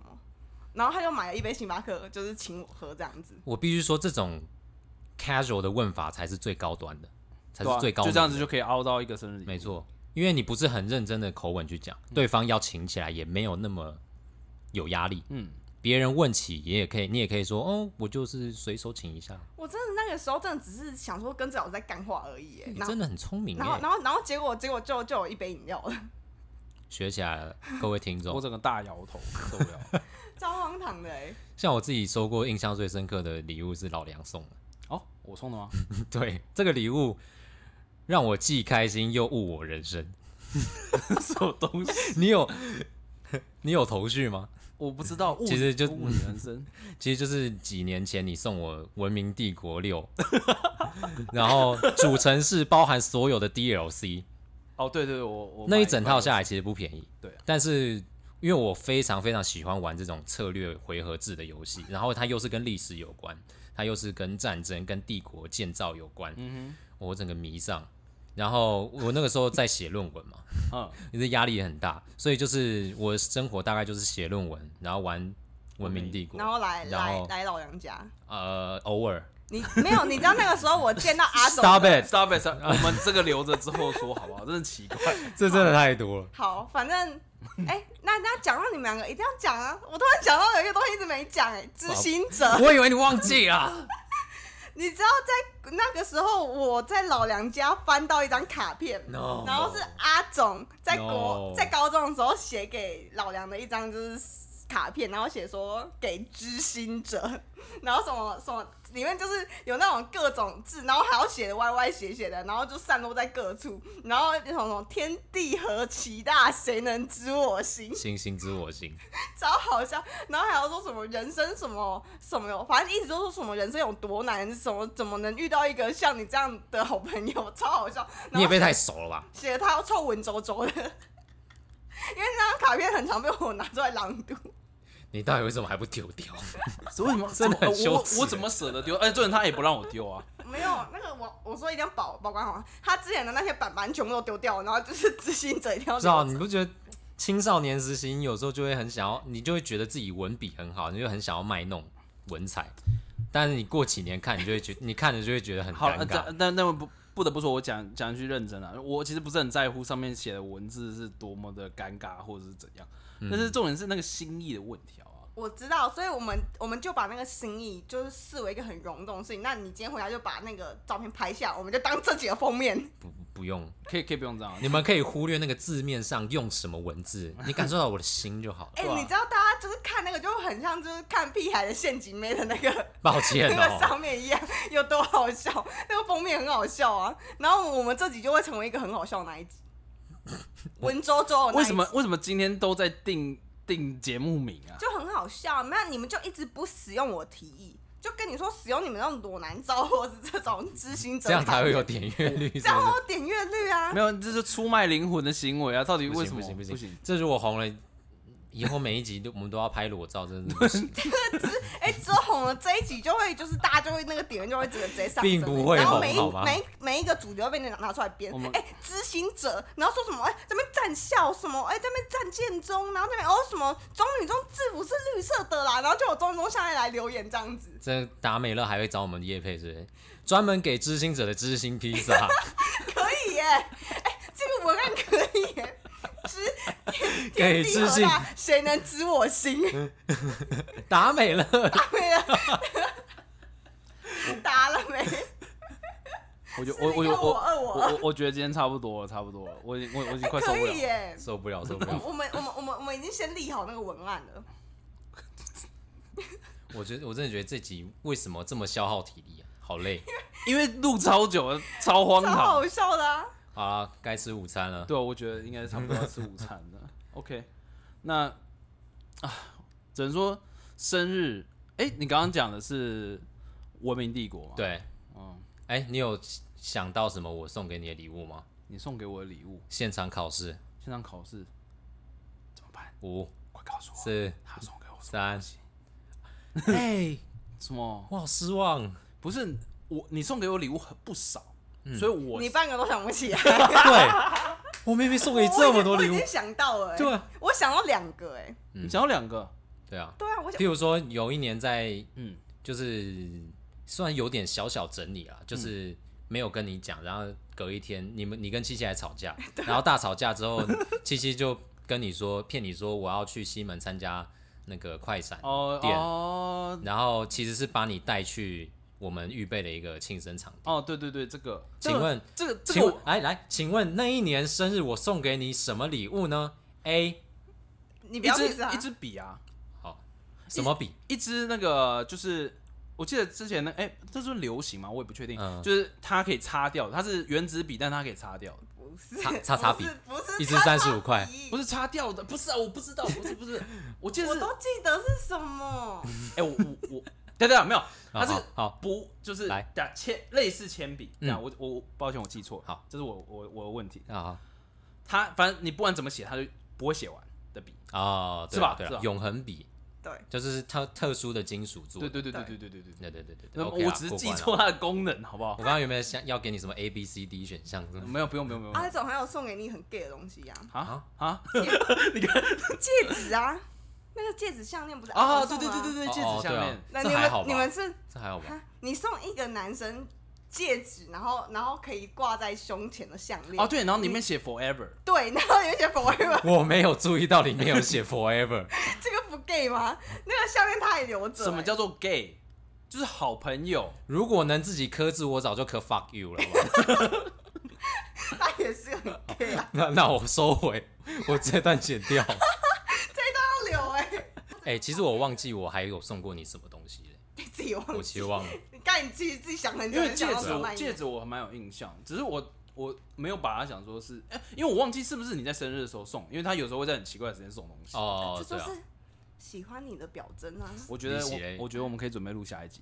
然后他就买了一杯星巴克，就是请我喝这样子。我必须说这种 casual 的问法才是最高端的，才对啊是最高就明的、这样子就可以凹到一个生日礼物。没错，因为你不是很认真的口吻去讲，嗯对方要请起来也没有那么有压力。嗯，别人问起也也可以，你也可以说哦，我就是随手请一下。我真的那个时候真的只是想说跟着老师在干话而已耶，你然后真的很聪明然后耶，然后然后结果结果就就有一杯饮料了， <laughs> 学起来了，各位听我众。整个大摇头，受不了。超荒唐的哎！像我自己收过印象最深刻的礼物是老梁送的， <laughs> 哦，我送的吗？对，这个礼物让我既开心又误我人生。什么东西？你有 <laughs> 你有头绪吗？我不知道。物其实就物理人生，其实就是几年前你送我《文明帝国六》，然后主城市包含所有的 DLC，哦，对对，对我我那一整套下来，来其实不便宜。对啊但是因为我非常非常喜欢玩这种策略回合制的游戏，然后它又是跟历史有关，它又是跟战争、跟帝国建造有关，嗯我整个迷上。然后我那个时候在写论文嘛，哼， <laughs> 嗯，其实压力也很大，所以就是我的生活大概就是写论文，然后玩《文明帝国然》，后来然来后来老杨家，呃，偶尔你没有，你知道那个时候我见到阿总 <laughs> Stop it！ Stop it！我们这个留着之后说好不好？真的奇怪。这真的太多了。好，反正哎、那那讲到你们两个一定要讲啊！我突然想到有一个东西一直没讲哎、知心者，我以为你忘记啊了，你知道在那个时候我在老梁家翻到一张卡片 No 然后是阿总在国 No 在高中的时候写给老梁的一张就是卡片，然后写说给知心者，然后什么什么里面就是有那种各种字，然后还要写的歪歪斜斜的，然后就散落在各处，然后那种天地合其大，谁能知我心？星星知我心，超好笑，然后还要说什么人生什么什么有，反正一直都说什么人生有多难，什么怎么能遇到一个像你这样的好朋友，超好笑。然你也后被太熟了吧？写的他要臭文绉绉的，因为那张卡片很常被我拿出来朗读。你到底为什么还不丢掉？为什么真的怎很么羞耻我我怎么舍得丢？哎，这人他也不让我丢啊。没有那个我我说一定要保保管好，他之前的那些板板全部都丢掉了，然后就是知心者一定要留知道着你不觉得青少年时期，你有时候就会很想要，你就会觉得自己文笔很好，你就很想要卖弄文采。但是你过几年看，你就会觉，你 <laughs> 看着就会觉得很好尴了，尬。但但那不不得不说，我讲讲一句认真啊，我其实不是很在乎上面写的文字是多么的尴尬或者是怎样，但嗯是重点是那个心意的问题好不好？我知道，所以我们我们就把那个心意就是视为一个很隆重的事情。那你今天回家就把那个照片拍下，我们就当这集的封面。不不用，可以可以不用这样啊，你们可以忽略那个字面上用什么文字，你感受到我的心就好了。哎、对啊你知道大家就是看那个，就很像就是看屁孩的陷阱妹的那个抱那 <laughs> 歉个哦，上面一样，有多好笑？那个封面很好笑啊。然后我们这集就会成为一个很好笑的那一 <laughs> 集。文绉绉的那一集啊为什么为什么今天都在定定节目名啊？就很好笑？那你们就一直不使用我提议，就跟你说使用你们那种裸男招或是这种知心者，这样才会有点阅率。这样是不是会有点阅率啊没。有，这是出卖灵魂的行为啊！到底不为行什么不行不行不行？这如果红了，以后每一集都我们都要拍裸照，真的是不 <laughs> 行。哎、之后红了这一集就会，就是大家就会那个点阅就会直接直接上升，并不会然后红每好一吗每一每一个主角被你拿拿出来编我们，哎、知心者，然后说什么哎、这边战校什么哎、这边战建中，然后这边哦什么中女中制服是绿色的啦，然后就有中女中下面来留言这样子， <laughs> 这达美乐还会找我们叶配，是不是？专门给知心者的知心披 <laughs> 萨，可以耶、哎、这个文案可以耶、知天给地知合心大，谁能知我心？达美乐。打没了，打了没？我觉是我我你我要我饿我我我我觉得今天差不多了，差不多了，我已经我我已经快受哎可不以了。耶、受不了，受不了！我们我们我们我们已经先立好那个文案了。我觉得我真的觉得这集为什么这么消耗体力啊？好累，因为录超久了，超荒超唐好。笑的啊！好啦，该吃午餐了。 <laughs> 对，啊我觉得应该差不多要吃午餐了。OK，那啊，只能说生日。哎、你刚刚讲的是文明帝国嘛？，对，嗯，哎、你有想到什么我送给你的礼物吗？你送给我的礼物，现场考试，线上考试怎么办？五快告诉我，四他送给我什么 <laughs> 三。哎，什么？我好失 <laughs> 望。不是我，你送给我礼物很不少，所以我你半个都想不起来， <laughs> 对，我明明送给你这么多礼我已经我物已经。想到了、欸，对啊，我想到两个、哎，你想要两个，对啊，对啊，我想譬如说有一年在嗯，就是虽然有点小小整理啦，嗯就是没有跟你讲，然后隔一天你们你跟七七还吵 <laughs> 架，啊然后大吵架之后，七七就跟你说骗你说我要去西门参加那个快闪，哦点哦然后其实是把你带去我们预备的一个庆生场地。哦，对对对，这个，这请个问，这个这请个问我，来来，请问那一年生日我送给你什么礼物呢？A 你不一要支意思啊一，支笔啊，好，什么 <laughs> 笔？一支那个就是。我记得之前那哎、这是流行吗？我也不确定。嗯就是它可以擦掉，它是原子笔，但它可以擦掉，不是叉叉叉笔不是，不是一支叉叉35块笔不是擦掉的，不是啊，我不知道，不是不 <laughs> 是，我记得嗯我是哎、都记得是什么，我我我，等等 <laughs> 没有，它是啊好好不就是来打铅类似铅笔，嗯那、我我我抱歉我记错，好，这是我我我的问题。好啊它反正你不管怎么写，它就不会写完的笔。哦，对是吧了对是了吧，永恒笔对，就是特特殊的金属做的对。对对对对对对对对对。对对对对对那 OK 啊我只是记。过错关它了的功能，好不好我？刚刚有没有想要给你什么 A B C D 选项？ <laughs> 是吗没有，不用不用不用。啊，那种还有送给你很 gay 的东西 <laughs> 啊，啊啊戒指啊， <laughs> 那个戒指项链不是啊！我对送对对吗对对，啊哦戒指项链。那这你还好吧们你们是这还好吧？哈，你送一个男生戒指，然后然后可以挂在胸前的项链哦，对，然后里面写 forever，对，然后你们写 forever，我没有注意到里面有写 forever， <laughs> 这个不 gay 吗？那个项链他也留着、欸什么 <laughs> 叫做 gay？就是好朋友。如果能自己克制，我早就可 fuck you 了好不好欸他也是很 gay 啊， <laughs> 那那我收回， <laughs> 我这段剪掉。 <laughs> 他留哎、欸，哎、其实我忘记我还有送过你什么东西 <laughs> 了，你自己忘我记，其实忘了。你看你自己自己想很久，因为你戒想到指什么我，玩意戒指我还蛮有印象，只是我我没有把它想说是，哎，因为我忘记是不是你在生日的时候送，因为他有时候会在很奇怪的时间送东西。哦，这对就啊，是喜欢你的表征啊。我觉得你写嘞我我觉得我们可以准备录下一集。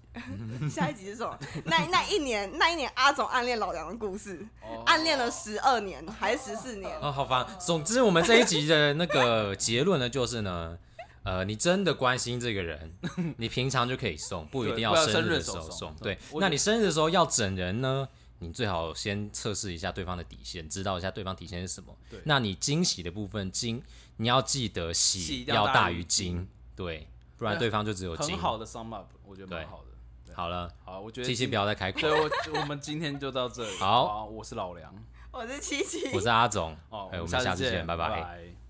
下一集是什么？那那一年那一年阿总暗恋老杨的故事，哦暗恋了十二年还是十四年。啊、好烦。总之，我们这一集的那个结论呢，就是呢，呃，你真的关心这个 <laughs> 人，你平常就可以送，不一对定不要生生日的的时候候送送。对对，我那你生日的时候要整人呢，你最好先测试一下对方的底线，知道一下对方底线是什么。对那你惊喜的部分，惊你要记得喜喜一定要要大大于于惊，对，不然对啊对方就只有惊。很好的 sum up，我觉得蛮对好的。好了，好，我觉得七七今不要再开口对。我，我们今天就到这里。好我是老梁。我是七七，我是阿总，哦，哎，我们下次见，拜拜拜。拜